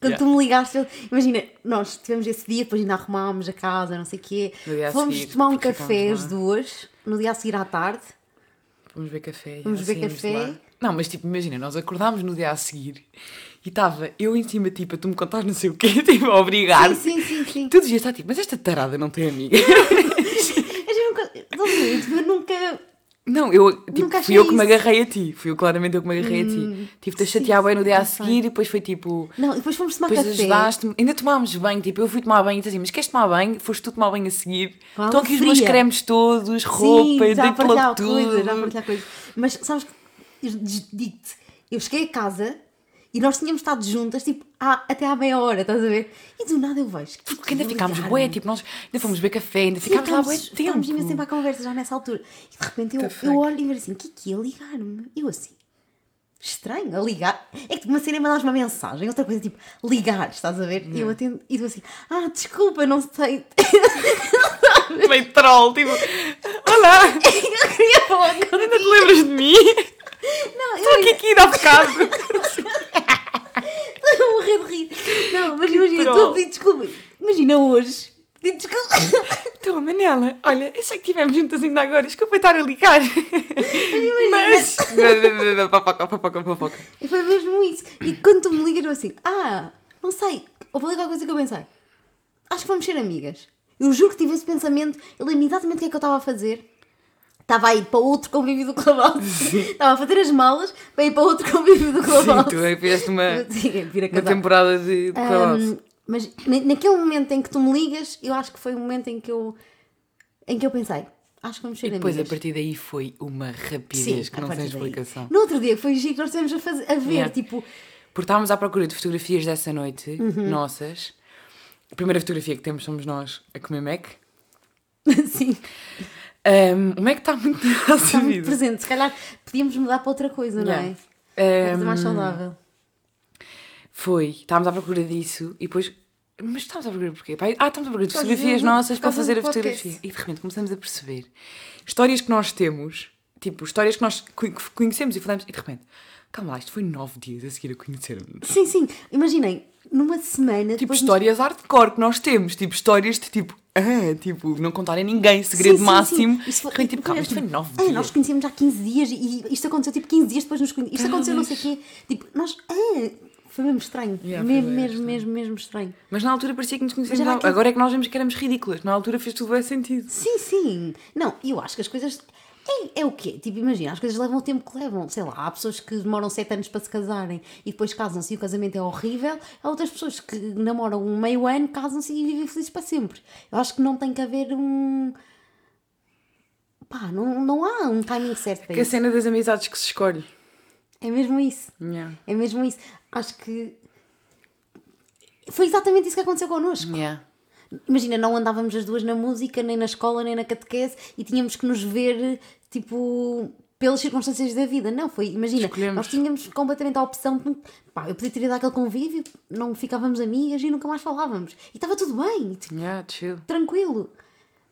[SPEAKER 2] Quando
[SPEAKER 1] Yeah.
[SPEAKER 2] tu me ligaste, eu- imagina, nós tivemos esse dia, depois ainda arrumámos a casa, não sei o quê.
[SPEAKER 1] No dia a
[SPEAKER 2] Fomos
[SPEAKER 1] seguir,
[SPEAKER 2] tomar um
[SPEAKER 1] porque
[SPEAKER 2] café
[SPEAKER 1] ficámos
[SPEAKER 2] as
[SPEAKER 1] lá.
[SPEAKER 2] duas, no dia a seguir à tarde.
[SPEAKER 1] Vamos ver café.
[SPEAKER 2] Vamos
[SPEAKER 1] já
[SPEAKER 2] ver
[SPEAKER 1] saímos de
[SPEAKER 2] café.
[SPEAKER 1] lá. Não, mas tipo, imagina, nós acordámos no dia a seguir e estava eu em cima, tipo, a tu me contares não sei o quê, <laughs> tipo, a obrigar.
[SPEAKER 2] Sim, sim, sim,
[SPEAKER 1] <laughs>
[SPEAKER 2] sim.
[SPEAKER 1] Tu devias estar tipo, mas esta tarada não tem amiga. <laughs>
[SPEAKER 2] Mas Eu nunca. estás a ver? Tipo, Eu nunca.
[SPEAKER 1] Não, eu, tipo, fui
[SPEAKER 2] Nunca achei
[SPEAKER 1] eu que me
[SPEAKER 2] isso. Hum,
[SPEAKER 1] agarrei a ti. Fui eu, claramente, eu que me agarrei a ti. Tive-te a
[SPEAKER 2] sim,
[SPEAKER 1] chatear bem no
[SPEAKER 2] sim,
[SPEAKER 1] dia a
[SPEAKER 2] não sei.
[SPEAKER 1] seguir e depois foi tipo,
[SPEAKER 2] Não, é." e depois fomos tomar
[SPEAKER 1] Depois
[SPEAKER 2] café.
[SPEAKER 1] ajudaste-me, ainda tomámos banho, tipo, eu fui tomar banho e disse assim, mas queres tomar banho? Foste tu tomar banho a seguir,
[SPEAKER 2] Qual
[SPEAKER 1] estão aqui os meus
[SPEAKER 2] fria.
[SPEAKER 1] cremes todos,
[SPEAKER 2] Sim,
[SPEAKER 1] roupa, eu
[SPEAKER 2] já
[SPEAKER 1] dei
[SPEAKER 2] a partilhar
[SPEAKER 1] pela
[SPEAKER 2] coisas, já a
[SPEAKER 1] tudo.
[SPEAKER 2] partilhar coisas. Mas sabes que eu des- digo-te, eu cheguei a casa e nós tínhamos estado juntas tipo há- até à meia hora, estás a ver? E do nada eu vejo. tipo, que
[SPEAKER 1] Porque ainda
[SPEAKER 2] eu
[SPEAKER 1] ficámos
[SPEAKER 2] ligar-me.
[SPEAKER 1] bué, tipo, nós ainda fomos beber café, ainda
[SPEAKER 2] Sim,
[SPEAKER 1] ficámos lá bué
[SPEAKER 2] ficámos- Ficámos imenso tempo
[SPEAKER 1] tempo.
[SPEAKER 2] à conversa já nessa altura. E de repente eu,
[SPEAKER 1] The fuck?
[SPEAKER 2] eu olho e vejo assim, que que ia ligar-me? Eu assim. Estranho, a ligar. É que tipo, uma cena é mandar uma mensagem, outra coisa é tipo ligar, estás a ver? E eu atendo e tu assim, ah, desculpa, não sei.
[SPEAKER 1] Meio troll, tipo, olá,
[SPEAKER 2] eu queria falar com
[SPEAKER 1] ainda te lembras de mim? Estou
[SPEAKER 2] Não, Ah, eu
[SPEAKER 1] aqui, aqui, dá bocado.
[SPEAKER 2] <laughs> Estou a morrer de rir. Não, mas imagina,
[SPEAKER 1] Troll.
[SPEAKER 2] estou a pedir desculpa. Imagina hoje. Pedir desculpa. <laughs>
[SPEAKER 1] Então, Manela, olha, eu sei que estivemos juntas ainda agora, desculpa estar a ligar. Mas... Fofoca, fofoca, fofoca.
[SPEAKER 2] E foi mesmo isso. E quando tu me ligas, eu assim, ah, Não sei, houve ali qualquer coisa que eu pensei. Acho que vamos ser amigas. Eu juro que tive esse pensamento, ele lembro exatamente o que é que eu estava a fazer. Estava a ir para outro convívio do
[SPEAKER 1] <laughs>
[SPEAKER 2] Clubhouse. Estava a fazer as malas para ir para outro convívio do
[SPEAKER 1] Sim,
[SPEAKER 2] Clubhouse.
[SPEAKER 1] tu
[SPEAKER 2] <laughs>
[SPEAKER 1] aí fizeste uma,
[SPEAKER 2] Sim, vir a
[SPEAKER 1] uma
[SPEAKER 2] casar.
[SPEAKER 1] temporada de, de Clubhouse.
[SPEAKER 2] Hum, mas na- naquele momento em que tu me ligas, eu acho que foi o momento em que eu, em que eu pensei, acho que vamos ser
[SPEAKER 1] Depois, a
[SPEAKER 2] amigas.
[SPEAKER 1] partir daí, foi uma rapidez que
[SPEAKER 2] a
[SPEAKER 1] não tem
[SPEAKER 2] partir daí.
[SPEAKER 1] explicação.
[SPEAKER 2] No outro dia que foi giro que nós estivemos a, fazer, a ver,
[SPEAKER 1] Yeah.
[SPEAKER 2] tipo, <laughs>
[SPEAKER 1] Porque estávamos à procura de fotografias dessa noite, nossas. A primeira fotografia que temos somos nós a comer Mac.
[SPEAKER 2] assim,
[SPEAKER 1] Hum, o Mac está muito <laughs> na nossa
[SPEAKER 2] está tá muito
[SPEAKER 1] vida.
[SPEAKER 2] presente. Se calhar podíamos mudar para outra coisa, não
[SPEAKER 1] Yeah.
[SPEAKER 2] é? Uma coisa mais saudável.
[SPEAKER 1] Foi, estávamos à procura disso e depois. Mas estávamos à procura porquê? Pá, Ah, estávamos à procura de
[SPEAKER 2] causa
[SPEAKER 1] fotografias
[SPEAKER 2] do-
[SPEAKER 1] nossas
[SPEAKER 2] por
[SPEAKER 1] para
[SPEAKER 2] causa
[SPEAKER 1] fazer
[SPEAKER 2] do
[SPEAKER 1] a fotografia.
[SPEAKER 2] podcast.
[SPEAKER 1] E de repente começamos a perceber histórias que nós temos, tipo, histórias que nós co- que conhecemos e falamos, e de repente, calma lá, isto foi nove dias a seguir a conhecermos.
[SPEAKER 2] Sim, sim, imaginem, numa semana
[SPEAKER 1] Tipo,
[SPEAKER 2] depois nos-
[SPEAKER 1] histórias hardcore que nós temos, tipo, histórias de tipo, ah, tipo, não contarem a ninguém, segredo
[SPEAKER 2] Sim, sim,
[SPEAKER 1] máximo.
[SPEAKER 2] sim. Isso foi-
[SPEAKER 1] De repente, tipo, calma, isto foi
[SPEAKER 2] tipo,
[SPEAKER 1] nove
[SPEAKER 2] "Ah,
[SPEAKER 1] dias.
[SPEAKER 2] nós conhecemos já há 15 dias e isto aconteceu tipo 15 dias depois nos conhecemos. Isto aconteceu não sei o quê. Tipo, nós. Ah, foi mesmo estranho.
[SPEAKER 1] Yeah, foi
[SPEAKER 2] mesmo,
[SPEAKER 1] bem
[SPEAKER 2] mesmo,
[SPEAKER 1] estranho.
[SPEAKER 2] mesmo, mesmo estranho.
[SPEAKER 1] Mas na altura parecia que nos conhecíamos.
[SPEAKER 2] era
[SPEAKER 1] há-
[SPEAKER 2] aquilo-
[SPEAKER 1] Agora é que nós vemos que éramos ridículas. Na altura fez tudo bem sentido.
[SPEAKER 2] Sim, sim. Não, eu acho que as coisas. É, é o quê? Tipo, imagina, as coisas levam o tempo que levam. Sei lá, há pessoas que demoram 7 anos para se casarem e depois casam-se e o casamento é horrível. Há outras pessoas que namoram um meio ano, casam-se e vivem felizes para sempre. Eu acho que não tem que haver um. Pá, não, não há um timing certo para
[SPEAKER 1] Que a
[SPEAKER 2] isso.
[SPEAKER 1] cena das amizades que se escolhe.
[SPEAKER 2] É mesmo isso.
[SPEAKER 1] Yeah.
[SPEAKER 2] É mesmo isso. Acho que foi exatamente isso que aconteceu connosco.
[SPEAKER 1] Yeah.
[SPEAKER 2] Imagina, não andávamos as duas na música, nem na escola, nem na catequese e tínhamos que nos ver, tipo, pelas circunstâncias da vida. Não, foi, imagina,
[SPEAKER 1] Escolhemos.
[SPEAKER 2] nós tínhamos completamente a opção de. Pá, eu podia ter ido àquele convívio, não ficávamos amigas e nunca mais falávamos. E estava tudo bem, tipo,
[SPEAKER 1] Yeah, chill.
[SPEAKER 2] tranquilo.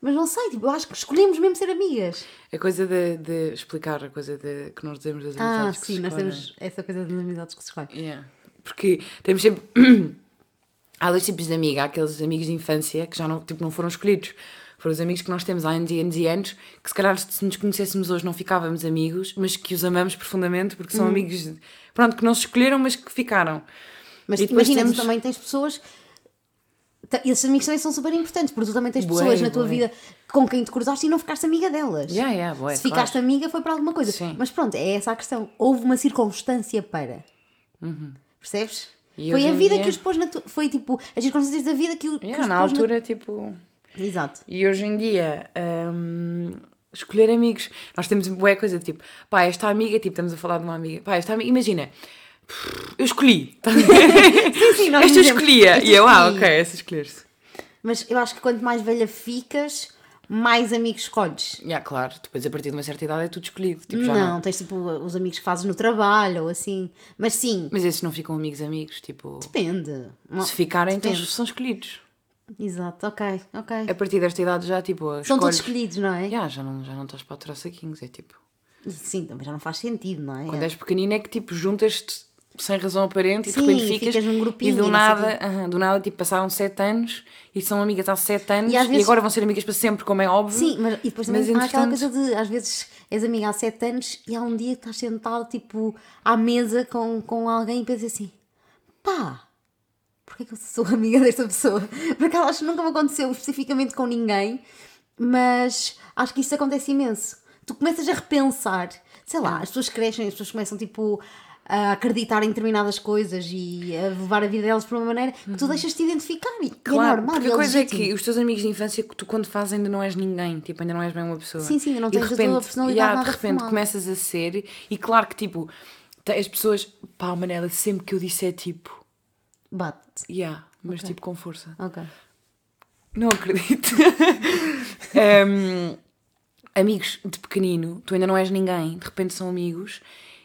[SPEAKER 2] Mas não sei, tipo, eu acho que escolhemos mesmo ser amigas.
[SPEAKER 1] A coisa de, de explicar, a coisa de, que nós dizemos das
[SPEAKER 2] Ah,
[SPEAKER 1] amizades que
[SPEAKER 2] sim,
[SPEAKER 1] se
[SPEAKER 2] nós
[SPEAKER 1] escolhem.
[SPEAKER 2] temos essa coisa das amizades que se escolhe.
[SPEAKER 1] Yeah. Porque temos sempre. <clears throat> Há dois tipos de amiga. Há aqueles amigos de infância que já não, tipo, não foram escolhidos. Foram os amigos que nós temos há anos e anos e anos, que se calhar se nos conhecêssemos hoje não ficávamos amigos, mas que os amamos profundamente porque
[SPEAKER 2] Hum.
[SPEAKER 1] são amigos. de- Pronto, que não se escolheram, mas que ficaram.
[SPEAKER 2] Mas
[SPEAKER 1] E depois
[SPEAKER 2] imagina,
[SPEAKER 1] temos-
[SPEAKER 2] tu também tens pessoas. ta- Esses amigos também são super importantes, porque tu também tens
[SPEAKER 1] Bué,
[SPEAKER 2] pessoas na tua
[SPEAKER 1] bué.
[SPEAKER 2] vida com quem te cruzaste e não ficaste amiga delas.
[SPEAKER 1] Yeah, yeah, bué,
[SPEAKER 2] Se ficaste amiga foi para alguma coisa.
[SPEAKER 1] Sim.
[SPEAKER 2] Mas pronto, é essa a questão. Houve uma circunstância para. Percebes?
[SPEAKER 1] Uhum. E
[SPEAKER 2] foi
[SPEAKER 1] hoje
[SPEAKER 2] a
[SPEAKER 1] em
[SPEAKER 2] vida
[SPEAKER 1] dia-
[SPEAKER 2] que os pôs na tua. Foi tipo as circunstâncias da vida que, o- que
[SPEAKER 1] Yeah,
[SPEAKER 2] os
[SPEAKER 1] na
[SPEAKER 2] pôs
[SPEAKER 1] altura, tipo.
[SPEAKER 2] na. Exato.
[SPEAKER 1] E hoje em dia, hum, escolher amigos. Nós temos uma boa coisa, tipo, pá, esta amiga, tipo, estamos a falar de uma amiga, pá, esta amiga, imagina, eu <laughs> escolhi. tá a ver?
[SPEAKER 2] sim, nós
[SPEAKER 1] esta eu
[SPEAKER 2] dizemos,
[SPEAKER 1] escolhia.
[SPEAKER 2] esta
[SPEAKER 1] E eu, ah,
[SPEAKER 2] escolhi.
[SPEAKER 1] ok, essa escolher-se.
[SPEAKER 2] Mas eu acho que quanto mais velha ficas, mais amigos escolhes.
[SPEAKER 1] Já, claro, depois a partir de uma certa idade é tudo escolhido. Tipo, já
[SPEAKER 2] Não,
[SPEAKER 1] não.
[SPEAKER 2] tens tipo os amigos que fazes no trabalho ou assim. Mas sim,
[SPEAKER 1] Mas esses não ficam amigos, amigos, tipo,
[SPEAKER 2] depende. Não-
[SPEAKER 1] se ficarem, então
[SPEAKER 2] depende.
[SPEAKER 1] são escolhidos.
[SPEAKER 2] Exato, ok, ok.
[SPEAKER 1] A partir desta idade já, tipo,
[SPEAKER 2] São
[SPEAKER 1] escolhes-
[SPEAKER 2] todos escolhidos, não é?
[SPEAKER 1] Já, já não, já não estás para aturar saquinhos, é tipo.
[SPEAKER 2] Sim, também já não faz sentido, não é?
[SPEAKER 1] Quando és pequenino é que tipo juntas-te sem razão aparente
[SPEAKER 2] Sim,
[SPEAKER 1] e de repente ficas,
[SPEAKER 2] ficas num grupinho
[SPEAKER 1] e
[SPEAKER 2] e não
[SPEAKER 1] do
[SPEAKER 2] sei
[SPEAKER 1] nada, aham, do nada tipo passaram sete anos e são amigas há sete anos
[SPEAKER 2] E
[SPEAKER 1] e,
[SPEAKER 2] às vezes-
[SPEAKER 1] agora vão ser amigas para sempre, como é óbvio.
[SPEAKER 2] Sim, mas e depois também
[SPEAKER 1] Mas,
[SPEAKER 2] há aquela
[SPEAKER 1] entretanto-
[SPEAKER 2] coisa de às vezes és amiga há 7 anos e há um dia que estás sentado tipo à mesa com, com alguém e pensas assim: pá, porquê é que eu sou <laughs> amiga desta pessoa? Porque acho que nunca me aconteceu especificamente com ninguém, mas acho que isso acontece imenso. Tu começas a repensar, sei lá, as pessoas crescem, as pessoas começam tipo a acreditar em determinadas coisas e a levar a vida delas por uma maneira que tu deixas-te identificar e, que é
[SPEAKER 1] Uhum. Claro,
[SPEAKER 2] normal.
[SPEAKER 1] porque
[SPEAKER 2] e
[SPEAKER 1] a
[SPEAKER 2] é
[SPEAKER 1] coisa é
[SPEAKER 2] legítimo.
[SPEAKER 1] que os teus amigos de infância, que tu quando fazes ainda não és ninguém, tipo, ainda não és bem uma pessoa.
[SPEAKER 2] Sim, sim, ainda não
[SPEAKER 1] E
[SPEAKER 2] tens a
[SPEAKER 1] de
[SPEAKER 2] tua
[SPEAKER 1] repente,
[SPEAKER 2] personalidade
[SPEAKER 1] yeah,
[SPEAKER 2] nada
[SPEAKER 1] de repente
[SPEAKER 2] formada.
[SPEAKER 1] começas a ser, e claro que tipo, te- as pessoas, pá, Manela, sempre que eu disse é tipo,
[SPEAKER 2] Bate.
[SPEAKER 1] yeah, mas tipo com força.
[SPEAKER 2] Ok.
[SPEAKER 1] Não acredito. <laughs> Hum, amigos de pequenino, tu ainda não és ninguém, de repente são amigos,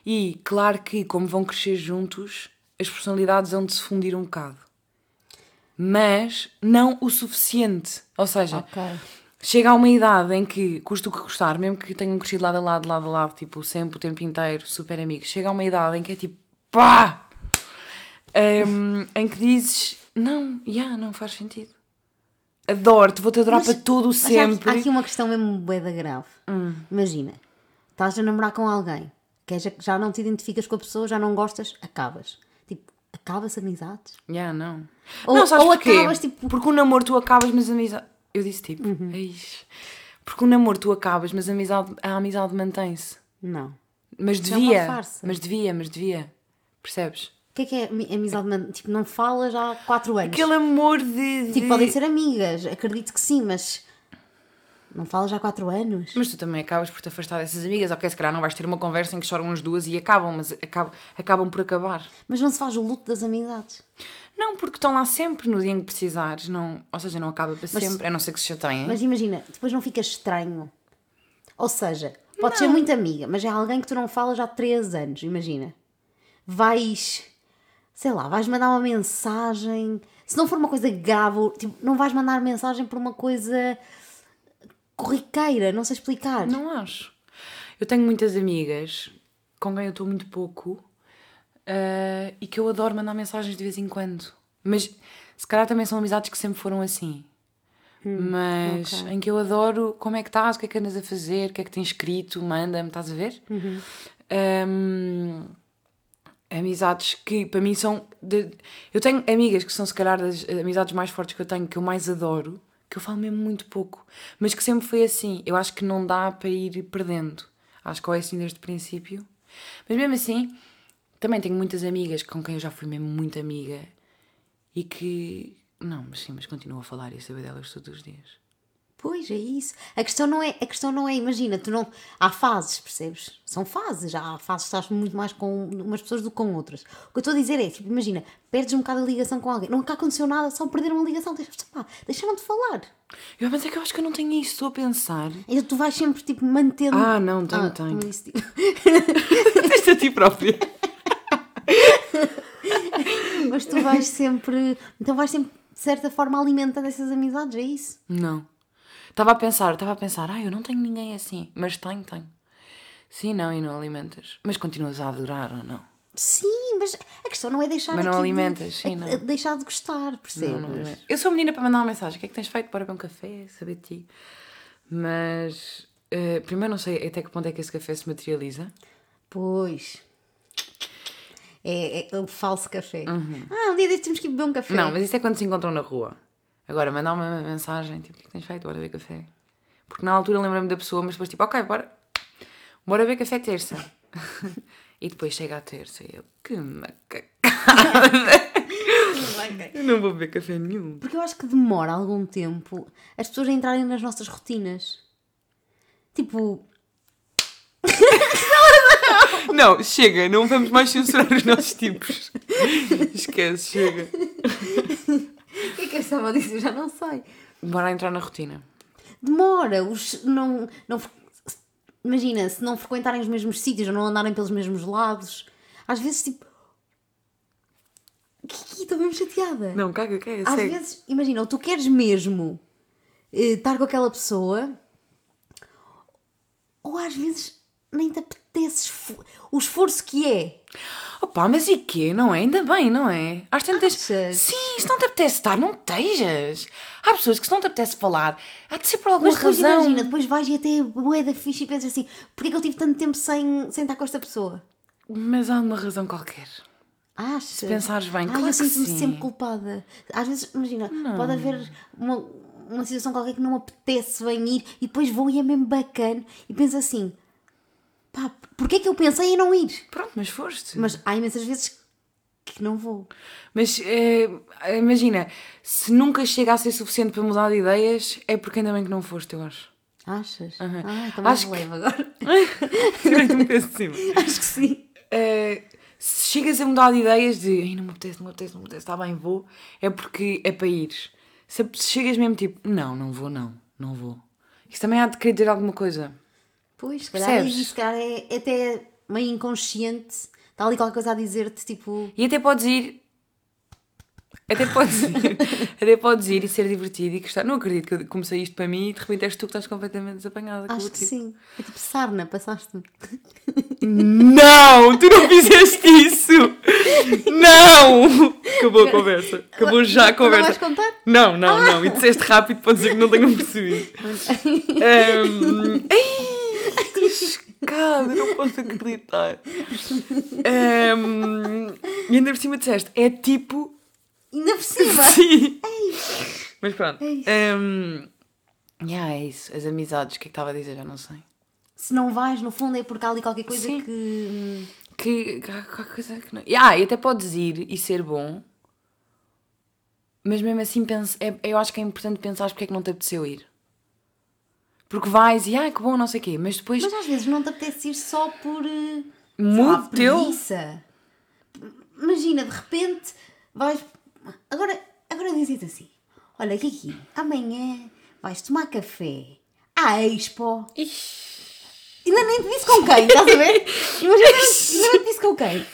[SPEAKER 1] e claro que, como vão crescer juntos, as personalidades vão de se fundir um bocado. Mas não o suficiente. Ou seja,
[SPEAKER 2] Ok.
[SPEAKER 1] chega a uma idade em que, custa o que custar, mesmo que tenham crescido lado a lado, lado a lado, tipo, sempre, o tempo inteiro, super amigos, chega a uma idade em que é tipo, pá! Hum, em que dizes, não, já, não faz sentido. Adoro-te, vou-te adorar
[SPEAKER 2] Mas-
[SPEAKER 1] para todo o
[SPEAKER 2] mas há aqui-
[SPEAKER 1] sempre. Hum.
[SPEAKER 2] Há, aqui uma questão mesmo boeda grave. Imagina, estás é a namorar com alguém, que já, já não te identificas com a pessoa, já não gostas, acabas. Tipo, acaba-se amizades?
[SPEAKER 1] Yeah, não.
[SPEAKER 2] um Ou-
[SPEAKER 1] não, sabes
[SPEAKER 2] ou
[SPEAKER 1] porquê?
[SPEAKER 2] acabas, tipo- Uhum.
[SPEAKER 1] Porque o namoro tu acabas, mas a amizade. Eu disse tipo. Eish. Porque o namoro tu acabas, mas a amizade, a amizade mantém-se.
[SPEAKER 2] Não.
[SPEAKER 1] Mas
[SPEAKER 2] é uma
[SPEAKER 1] devia.
[SPEAKER 2] farsa.
[SPEAKER 1] Mas devia, mas devia. Percebes?
[SPEAKER 2] O que é que é ami- amizade? man- Tipo, não falas há 4 anos.
[SPEAKER 1] Aquele amor de. de-
[SPEAKER 2] Tipo, podem ser amigas, acredito que sim, mas não falas há 4 anos.
[SPEAKER 1] Mas tu também acabas por te afastar dessas amigas, ok? Se calhar não vais ter uma conversa em que choram as duas e acabam, mas acabam, acabam por acabar.
[SPEAKER 2] Mas não se faz o luto das amizades.
[SPEAKER 1] Não, porque estão lá sempre no dia em que precisares, não, ou seja, não acaba para sempre, a não ser que se chateiem.
[SPEAKER 2] Mas imagina, depois não fica estranho. Ou seja, pode ser muito amiga, mas é alguém que tu não falas há 3 anos, imagina. Vais, sei lá, vais mandar uma mensagem. Se não for uma coisa grave, ou, tipo, não vais mandar mensagem por uma coisa corriqueira, não sei explicar.
[SPEAKER 1] Não acho. Eu tenho muitas amigas com quem eu estou muito pouco eh, e que eu adoro mandar mensagens de vez em quando. Mas se calhar também são amizades que sempre foram assim. Mas em que eu adoro como é que estás, o que é que andas a fazer, o que é que tens escrito, manda-me, estás a ver? Ehm, amizades que para mim são. de- Eu tenho amigas que são, se calhar, das amizades mais fortes que eu tenho, que eu mais adoro, que eu falo mesmo muito pouco, mas que sempre foi assim. Eu acho que não dá para ir perdendo. Acho que ou é assim desde o princípio. Mas mesmo assim, também tenho muitas amigas com quem eu já fui mesmo muito amiga e que. Não, mas sim, mas continuo a falar e a saber delas todos os dias.
[SPEAKER 2] Pois é isso. A questão não é, a questão não é, imagina, tu não há fases, percebes? São fases, há fases que estás muito mais com umas pessoas do que com outras. O que eu estou a dizer é, tipo, imagina, perdes um bocado a ligação com alguém, nunca aconteceu nada, só perderam a ligação, deixa- pá, deixaram de falar.
[SPEAKER 1] Eu, mas é que eu acho que eu não tenho isso, estou a pensar.
[SPEAKER 2] E tu vais sempre tipo mantendo
[SPEAKER 1] Hum. Ah, não, tenho, tenho. <laughs>
[SPEAKER 2] como disse, tipo, <laughs>
[SPEAKER 1] Deste a ti própria.
[SPEAKER 2] mas tu vais sempre, então vais sempre de certa forma alimentando essas amizades, é isso?
[SPEAKER 1] Não. Estava a pensar, estava a pensar, ah, eu não tenho ninguém assim. Mas tenho, tenho. Sim, não, e não alimentas. Mas continuas a adorar ou não?
[SPEAKER 2] Sim, mas a questão não é deixar
[SPEAKER 1] Mas não
[SPEAKER 2] aqui de-
[SPEAKER 1] alimentas, sim, não.
[SPEAKER 2] é deixar de gostar, percebes?
[SPEAKER 1] Não, é. não alimento. Eu sou menina para mandar uma mensagem. O que é que tens feito? Bora beber um café, saber de ti. Mas, eh, primeiro não sei até que ponto é que esse café se materializa.
[SPEAKER 2] Pois. É, é o falso café. Ah, um dia deste temos que ir beber um café.
[SPEAKER 1] Não, mas isso é quando se encontram na rua. Agora, mandar uma mensagem, tipo, o que é que tens feito? Bora beber café. Porque na altura lembrei-me da pessoa, mas depois tipo, ok, bora. Bora beber café terça. <laughs> e depois chega a terça e eu, que macacada. Eu não vou beber café nenhum.
[SPEAKER 2] Porque eu acho que demora algum tempo as pessoas a entrarem nas nossas rotinas. Tipo,
[SPEAKER 1] Não, chega, não vamos mais censurar os nossos tipos. Esquece, chega.
[SPEAKER 2] o que é que eu estava a dizer? Eu Já não sei.
[SPEAKER 1] Bora entrar na rotina.
[SPEAKER 2] Demora. Os, não, não, fre- imagina, se não frequentarem os mesmos sítios ou não andarem pelos mesmos lados. Às vezes, tipo. Kiki, estou mesmo chateada.
[SPEAKER 1] Não, caga, caga,
[SPEAKER 2] Às
[SPEAKER 1] segue.
[SPEAKER 2] vezes, imagina, ou tu queres mesmo eh, estar com aquela pessoa, ou às vezes nem te apetece esfo- o esforço que é.
[SPEAKER 1] Opa, mas e quê? Não é? Ainda bem, não é?
[SPEAKER 2] Ah,
[SPEAKER 1] Às tantas.
[SPEAKER 2] Achas?
[SPEAKER 1] Sim, se não te apetece estar, não tejas. Há pessoas que se não te apetece falar, há de ser por alguma
[SPEAKER 2] Mas depois
[SPEAKER 1] razão.
[SPEAKER 2] imagina, depois vais e até é bué da ficha e pensas assim, porquê que eu tive tanto tempo sem, sem estar com esta pessoa?
[SPEAKER 1] Mas há uma razão qualquer.
[SPEAKER 2] Achas? Se
[SPEAKER 1] pensares bem,
[SPEAKER 2] Ai,
[SPEAKER 1] claro
[SPEAKER 2] eu
[SPEAKER 1] que
[SPEAKER 2] sinto-me
[SPEAKER 1] sim.
[SPEAKER 2] sempre culpada. Às vezes, imagina, pode haver uma, uma situação qualquer que não me apetece bem ir e depois vou e é mesmo bacana e penso assim, pá, porquê que eu pensei em não ir?
[SPEAKER 1] Pronto, mas foste. Mas,
[SPEAKER 2] Mas há imensas vezes que não vou.
[SPEAKER 1] eh, imagina, se nunca chega a ser suficiente para mudar de ideias, é porque ainda bem que não foste, eu acho.
[SPEAKER 2] Achas? Ah, então mais
[SPEAKER 1] Acho que- <laughs>
[SPEAKER 2] leve agora.
[SPEAKER 1] Tirei-te um peso de cima.
[SPEAKER 2] Acho que sim.
[SPEAKER 1] Eh, se chegas a mudar de ideias de Ai, não me apetece, não me apetece, não me apetece, está bem, vou, é porque é para ir. Se se chegas mesmo tipo, não, não vou, não, não vou. Isso também há de querer dizer alguma coisa.
[SPEAKER 2] Pois, se calhar, é
[SPEAKER 1] Percebes?
[SPEAKER 2] isso, se calhar é até meio inconsciente. Está ali qualquer coisa a dizer-te, tipo...
[SPEAKER 1] E até podes ir. Até podes <laughs> ir, até podes ir e ser divertido e gostar. Não acredito que eu comecei isto para mim e de repente és tu que estás completamente desapanhada. com
[SPEAKER 2] Acho
[SPEAKER 1] o
[SPEAKER 2] que
[SPEAKER 1] tipo.
[SPEAKER 2] sim. É tipo sarna, passaste-me.
[SPEAKER 1] Não, tu não fizeste isso! Não! Acabou a conversa. Acabou já a
[SPEAKER 2] Não vais
[SPEAKER 1] conversa.
[SPEAKER 2] contar?
[SPEAKER 1] Não, não, não. E disseste rápido para dizer que não tenham <laughs> percebido. Ahm, Ai, estou chocada, não posso acreditar. Ahm, E ainda por cima disseste, é tipo.
[SPEAKER 2] Ainda por
[SPEAKER 1] <laughs>
[SPEAKER 2] cima.
[SPEAKER 1] Sim! Mas pronto.
[SPEAKER 2] É isso.
[SPEAKER 1] Hum, yeah, é isso. As amizades, o que é que estava a dizer? Já não sei.
[SPEAKER 2] Se não vais, no fundo é porque há ali qualquer coisa
[SPEAKER 1] Sim.
[SPEAKER 2] que. hum,
[SPEAKER 1] Que. que há qualquer coisa que não. Ah, e até podes ir e ser bom, mas mesmo assim penso, é, eu acho que é importante pensar porque é que não te apeteceu ir. Porque vais e, ah, que bom, não sei o quê, mas depois.
[SPEAKER 2] Mas às vezes não te apetece ir só por. eh, sei
[SPEAKER 1] Mood
[SPEAKER 2] lá,
[SPEAKER 1] teu?
[SPEAKER 2] preguiça. Imagina, de repente vais. Agora, agora dizes assim: Olha, Kiki, amanhã vais tomar café à Expo. Ainda nem te disse com quem, estás
[SPEAKER 1] <laughs>
[SPEAKER 2] a ver? Imagina, ainda nem te disse com quem.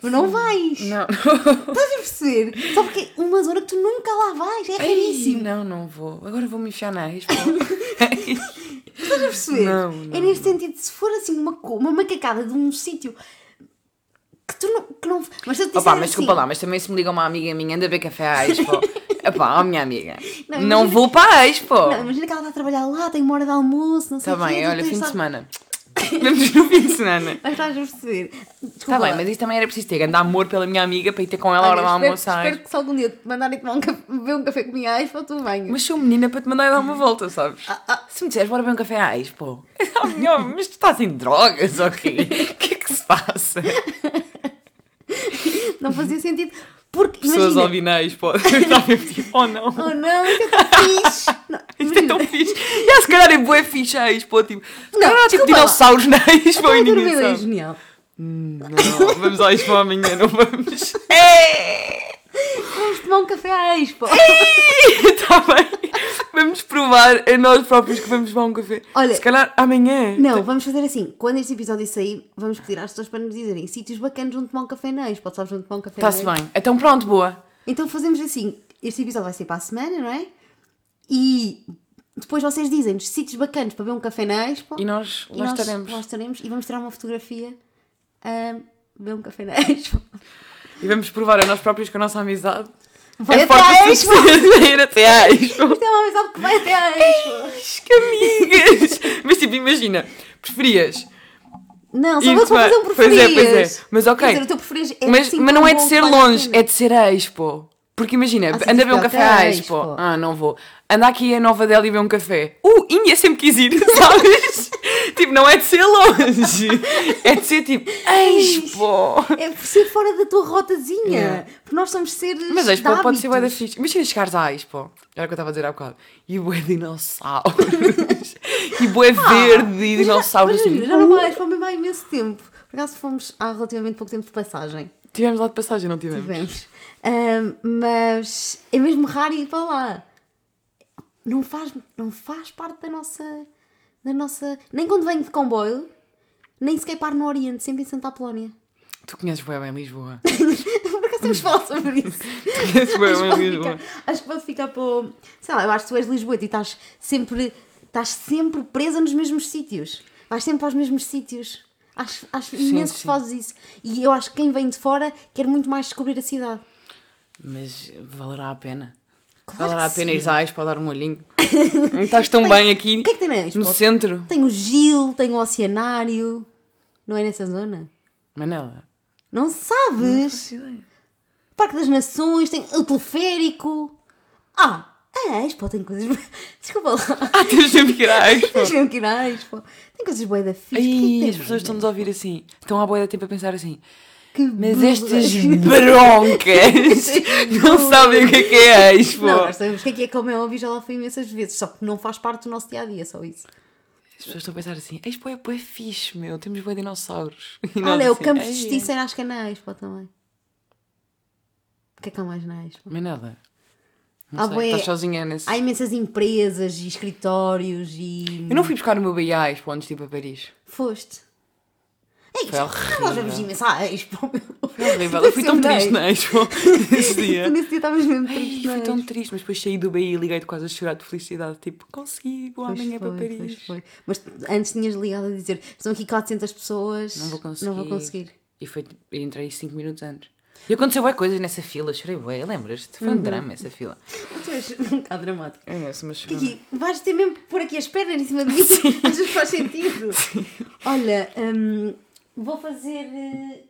[SPEAKER 2] Tu não vais.
[SPEAKER 1] Não.
[SPEAKER 2] Estás a perceber? Só porque é uma zona que tu nunca lá vais. É
[SPEAKER 1] Ei,
[SPEAKER 2] raríssimo.
[SPEAKER 1] não, não vou. Agora vou me enfiar na
[SPEAKER 2] <laughs>
[SPEAKER 1] Expo.
[SPEAKER 2] Estás a perceber?
[SPEAKER 1] Não,
[SPEAKER 2] é neste sentido, se for assim uma, co- uma macacada de um sítio que tu não. Que não mas se eu te
[SPEAKER 1] Opa,
[SPEAKER 2] disser
[SPEAKER 1] mas
[SPEAKER 2] assim,
[SPEAKER 1] desculpa lá, mas também se me liga uma amiga minha, anda a ver café à
[SPEAKER 2] <laughs>
[SPEAKER 1] Expo. Opa, ó minha amiga,
[SPEAKER 2] Não,
[SPEAKER 1] não,
[SPEAKER 2] imagina-
[SPEAKER 1] vou para a Expo.
[SPEAKER 2] Não, imagina que ela está a trabalhar lá, tem uma hora de almoço, não
[SPEAKER 1] Está
[SPEAKER 2] sei o
[SPEAKER 1] Tá
[SPEAKER 2] quê.
[SPEAKER 1] bem,
[SPEAKER 2] tu
[SPEAKER 1] olha,
[SPEAKER 2] tens
[SPEAKER 1] fim de
[SPEAKER 2] só- <laughs>
[SPEAKER 1] semana. Vamos no fim de semana.
[SPEAKER 2] Mas estás a perceber? Desculpa
[SPEAKER 1] Está Tá bem,
[SPEAKER 2] lá.
[SPEAKER 1] mas isso também era preciso ter grande amor pela minha amiga para ir ter com ela a
[SPEAKER 2] Olha,
[SPEAKER 1] hora do almoço.
[SPEAKER 2] espero,
[SPEAKER 1] à
[SPEAKER 2] espero
[SPEAKER 1] Expo.
[SPEAKER 2] que se algum dia te mandarem tomar um café, beber um café comigo à Expo, tu venhas.
[SPEAKER 1] Mas sou menina para te mandar dar uma volta, sabes?
[SPEAKER 2] Ah, ah.
[SPEAKER 1] Se me disseres, bora beber um café à Expo. <laughs> Ah, melhor, mas tu estás em <laughs> drogas, ok? O que é que se passa?
[SPEAKER 2] Não fazia sentido. Porque,
[SPEAKER 1] Pessoas
[SPEAKER 2] imagina...
[SPEAKER 1] ao na Expo. <laughs> Estava mesmo tipo, oh não.
[SPEAKER 2] Oh não, isto é
[SPEAKER 1] <laughs>
[SPEAKER 2] tão fixe. Não,
[SPEAKER 1] Isto é
[SPEAKER 2] imagina.
[SPEAKER 1] tão fixe. E há, se calhar é bué fixe à Expo, tipo.
[SPEAKER 2] Não,
[SPEAKER 1] Não, calhar há tipo
[SPEAKER 2] desculpa lá.
[SPEAKER 1] dinossauros na Expo
[SPEAKER 2] Então,
[SPEAKER 1] e
[SPEAKER 2] a tua
[SPEAKER 1] ninguém
[SPEAKER 2] vida é
[SPEAKER 1] sabe.
[SPEAKER 2] genial.
[SPEAKER 1] Não, vamos à Expo amanhã, não vamos. <laughs> É!
[SPEAKER 2] Vamos tomar um café à Expo.
[SPEAKER 1] Está Tá bem. Vamos provar a nós próprios que vamos tomar um café.
[SPEAKER 2] Olha-
[SPEAKER 1] se calhar amanhã.
[SPEAKER 2] Não, vamos fazer assim. Quando este episódio sair, vamos pedir às pessoas para nos dizerem sítios bacanas onde tomar um café na Expo. Sabes onde tomar um café na
[SPEAKER 1] Está-se
[SPEAKER 2] Expo?
[SPEAKER 1] bem. Então pronto, boa.
[SPEAKER 2] Então fazemos assim. Este episódio vai ser para a semana, não é? E depois vocês dizem-nos sítios bacanas para beber um café na Expo.
[SPEAKER 1] E nós
[SPEAKER 2] E
[SPEAKER 1] lá estaremos.
[SPEAKER 2] lá estaremos e vamos tirar uma fotografia a beber um café na Expo. <laughs>
[SPEAKER 1] E vamos provar a nós próprios que a nossa amizade
[SPEAKER 2] Vai
[SPEAKER 1] é
[SPEAKER 2] até
[SPEAKER 1] forte
[SPEAKER 2] à
[SPEAKER 1] o <laughs>
[SPEAKER 2] Expo!
[SPEAKER 1] suficiente para ir até à Expo.
[SPEAKER 2] <laughs> Isto é uma amizade que vai até à Expo.
[SPEAKER 1] Ixi, Que amigas! <laughs> Mas tipo, imagina, preferias
[SPEAKER 2] Não, só
[SPEAKER 1] Ir
[SPEAKER 2] vamos
[SPEAKER 1] tomar-
[SPEAKER 2] fazer um
[SPEAKER 1] Pois é,
[SPEAKER 2] preferias.
[SPEAKER 1] pois é. Mas ok.
[SPEAKER 2] Quer dizer, o teu preferias é
[SPEAKER 1] mas,
[SPEAKER 2] assim
[SPEAKER 1] mas
[SPEAKER 2] tão
[SPEAKER 1] não é de
[SPEAKER 2] bom que
[SPEAKER 1] ser
[SPEAKER 2] vale a
[SPEAKER 1] longe,
[SPEAKER 2] pena.
[SPEAKER 1] é de ser a Expo. Porque imagina,
[SPEAKER 2] sim,
[SPEAKER 1] anda a ver um
[SPEAKER 2] tipo,
[SPEAKER 1] café
[SPEAKER 2] até
[SPEAKER 1] à
[SPEAKER 2] à
[SPEAKER 1] Expo.
[SPEAKER 2] Expo.
[SPEAKER 1] Ah, não vou. Anda aqui a Nova Delhi e ver um café. Uh, Índia sempre quis ir, <laughs> sabes? tipo, não é de ser
[SPEAKER 2] <laughs>
[SPEAKER 1] longe. É de ser tipo, Expo.
[SPEAKER 2] É por ser fora da tua rotazinha.
[SPEAKER 1] Yeah.
[SPEAKER 2] Porque nós somos seres.
[SPEAKER 1] Mas a Expo
[SPEAKER 2] de
[SPEAKER 1] pode ser bué da
[SPEAKER 2] hábitos.
[SPEAKER 1] fixe. Imagina chegares à Expo, era o que eu estava a dizer há bocado, e bué
[SPEAKER 2] <laughs>
[SPEAKER 1] dinossauros. e bué verde e
[SPEAKER 2] Ah, Mas já-
[SPEAKER 1] dinossauros.
[SPEAKER 2] mas
[SPEAKER 1] assim.
[SPEAKER 2] olha, Já não mais, fomos há imenso tempo. Por acaso fomos há relativamente pouco tempo de passagem.
[SPEAKER 1] Tivemos lá de passagem, não tivemos?
[SPEAKER 2] Tivemos. Ahm, mas é mesmo raro ir para lá. Não faz, não faz parte da nossa, da nossa. Nem quando venho de comboio, nem sequer paro no Oriente, sempre em Santa Apolónia. <laughs>
[SPEAKER 1] Tu conheces bué bem Lisboa.
[SPEAKER 2] Por acaso temos de falar sobre isso?
[SPEAKER 1] conheces bué
[SPEAKER 2] acho,
[SPEAKER 1] bem é
[SPEAKER 2] que pode
[SPEAKER 1] Lisboa.
[SPEAKER 2] ficar, acho que pode ficar para. o- Sei lá, eu acho que tu és Lisboeta e estás sempre, estás sempre presa nos mesmos sítios. Vais sempre para os mesmos sítios. Acho, acho
[SPEAKER 1] Sim,
[SPEAKER 2] imenso que
[SPEAKER 1] sim.
[SPEAKER 2] fazes isso. E eu acho que quem vem de fora quer muito mais descobrir a cidade.
[SPEAKER 1] Mas valerá a pena.
[SPEAKER 2] Claro
[SPEAKER 1] valerá a
[SPEAKER 2] que
[SPEAKER 1] pena
[SPEAKER 2] sim.
[SPEAKER 1] ir à Expo dar um
[SPEAKER 2] <laughs>
[SPEAKER 1] olhinho. Não Estás tão bem aqui
[SPEAKER 2] O que é que tem na Expo?
[SPEAKER 1] no centro.
[SPEAKER 2] Tem o Gil, tem o Oceanário. Não é nessa zona?
[SPEAKER 1] Manela.
[SPEAKER 2] Não sabes? Parque das Nações, tem o teleférico. Ah, a Expo tem coisas. <laughs> Desculpa lá.
[SPEAKER 1] Ah, <laughs> tens sempre que ir à
[SPEAKER 2] <laughs>
[SPEAKER 1] Expo.
[SPEAKER 2] Tens mesmo que ir à Expo. Tem coisas boas da fixe. Porquê que é
[SPEAKER 1] Ai,
[SPEAKER 2] tem
[SPEAKER 1] as pessoas
[SPEAKER 2] mais?
[SPEAKER 1] estão-nos a ouvir assim. Estão à boia da tempo a pensar assim.
[SPEAKER 2] Que
[SPEAKER 1] Mas <laughs>
[SPEAKER 2] burra.
[SPEAKER 1] estas Hum, <laughs> broncas não sabem o que é que é a Expo.
[SPEAKER 2] Não, nós sabemos o que é que é, como é óbvio, já lá foi imensas vezes. Só que não faz parte do nosso dia a dia, só isso.
[SPEAKER 1] As pessoas estão a pensar assim. A Expo é bué fixe, meu. Temos bué dinossauros. <laughs> E nós
[SPEAKER 2] Olha, o
[SPEAKER 1] assim,
[SPEAKER 2] Campo de
[SPEAKER 1] "Ai,
[SPEAKER 2] Justiça era, acho que é na Expo também. O que é que há mais na Expo?
[SPEAKER 1] Manela.
[SPEAKER 2] Ah,
[SPEAKER 1] Não sei.
[SPEAKER 2] bué.
[SPEAKER 1] Estás sozinha nesse.
[SPEAKER 2] Há imensas empresas e escritórios e.
[SPEAKER 1] Eu não fui buscar o meu BI à Expo antes de ir para Paris.
[SPEAKER 2] Foste. Ei,
[SPEAKER 1] Foi
[SPEAKER 2] nós vamos imenso à Expo. Ah, meu.
[SPEAKER 1] <laughs> Foi horrível. Eu fui tão
[SPEAKER 2] Sempre
[SPEAKER 1] triste
[SPEAKER 2] na
[SPEAKER 1] na Expo <laughs> nesse
[SPEAKER 2] Tu
[SPEAKER 1] dia.
[SPEAKER 2] nesse dia estavas mesmo
[SPEAKER 1] Ai,
[SPEAKER 2] triste.
[SPEAKER 1] foi
[SPEAKER 2] não é?
[SPEAKER 1] tão
[SPEAKER 2] és?
[SPEAKER 1] triste, mas depois saí do BI e liguei-te quase a chorar de felicidade. Tipo, consegui, vou
[SPEAKER 2] Pois
[SPEAKER 1] amanhã para
[SPEAKER 2] foi, pois
[SPEAKER 1] Paris.
[SPEAKER 2] foi. Mas antes tinhas ligado a dizer: estão aqui 400 pessoas.
[SPEAKER 1] Não vou conseguir.
[SPEAKER 2] Não vou conseguir.
[SPEAKER 1] E foi, e entrei 5 minutos antes. E aconteceu bué coisas nessa fila, chorei bué, lembras-te? Foi um drama essa fila.
[SPEAKER 2] Tu és um bocado dramático.
[SPEAKER 1] É, essa uma chorona.
[SPEAKER 2] Kiki, vais ter mesmo que pôr aqui as pernas em cima de mim. Mas faz sentido. Olha, hum, vou fazer. eh,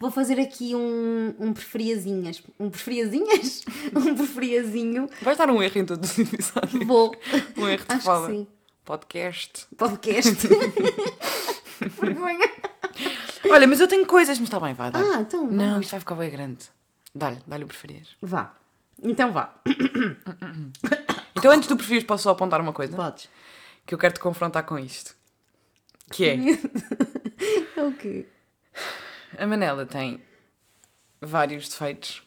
[SPEAKER 2] Vou fazer aqui um, um preferiazinhas. Um preferiazinhas? <laughs> um preferiazinho.
[SPEAKER 1] Vai estar um erro em todos os episódios.
[SPEAKER 2] Vou.
[SPEAKER 1] Um erro de
[SPEAKER 2] Acho
[SPEAKER 1] fala.
[SPEAKER 2] que sim.
[SPEAKER 1] Podcast.
[SPEAKER 2] Podcast. Vergonha.
[SPEAKER 1] Olha, mas eu tenho coisas, mas está bem, vai dar.
[SPEAKER 2] Ah, então. vá.
[SPEAKER 1] Não, isto vai ficar bem grande. Dá-lhe, dá-lhe o preferir.
[SPEAKER 2] Vá. Então vá.
[SPEAKER 1] Então, antes do preferir, posso só apontar uma coisa
[SPEAKER 2] Podes.
[SPEAKER 1] que eu quero te confrontar com isto. Que é.
[SPEAKER 2] É o quê?
[SPEAKER 1] A Manela tem vários defeitos,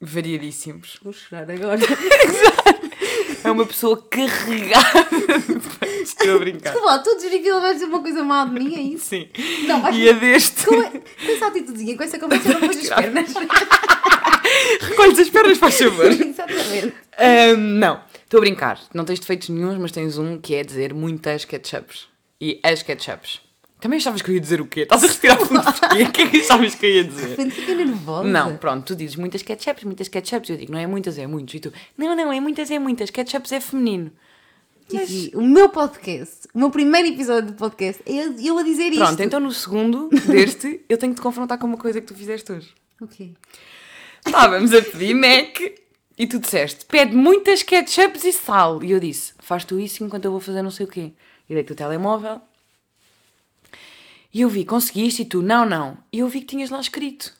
[SPEAKER 1] variadíssimos.
[SPEAKER 2] Vou chorar agora.
[SPEAKER 1] É uma pessoa carregada de defeitos. Estou a brincar.
[SPEAKER 2] Desculpa, tu dizes que ele vai dizer uma coisa má de mim, é isso?
[SPEAKER 1] Sim.
[SPEAKER 2] Não, vai.
[SPEAKER 1] E a deste.
[SPEAKER 2] Com, com essa atitudezinha, com essa conversa, eu não pôs as pernas.
[SPEAKER 1] Recolhes as pernas, faz favor.
[SPEAKER 2] <laughs> Exatamente.
[SPEAKER 1] Ahm, não, estou a brincar. Não tens defeitos nenhums, mas tens um que é dizer muitas ketchups. E as ketchups. Também achavas que eu ia dizer o quê? Estás a retirar fundo de quê? O que é que achavas que eu ia dizer?
[SPEAKER 2] Portanto, fica nervosa.
[SPEAKER 1] Não, pronto, tu dizes muitas ketchups, muitas ketchups. Eu digo, não é muitas, é muitos. E tu, não, não, é muitas, é muitas. Ketchups é feminino. Mas-
[SPEAKER 2] Titi, Tipo, o meu podcast, o meu primeiro episódio do podcast, é eu, eu a dizer isto.
[SPEAKER 1] Pronto, então no segundo deste, eu tenho que te confrontar com uma coisa que tu fizeste hoje.
[SPEAKER 2] Ok.
[SPEAKER 1] Estávamos a pedir Mac e tu disseste: pede muitas ketchups e sal. E eu disse: faz tu isso enquanto eu vou fazer não sei o quê. E dei-te o telemóvel. E eu vi: conseguiste? E tu: não, não. E eu vi que tinhas lá escrito: o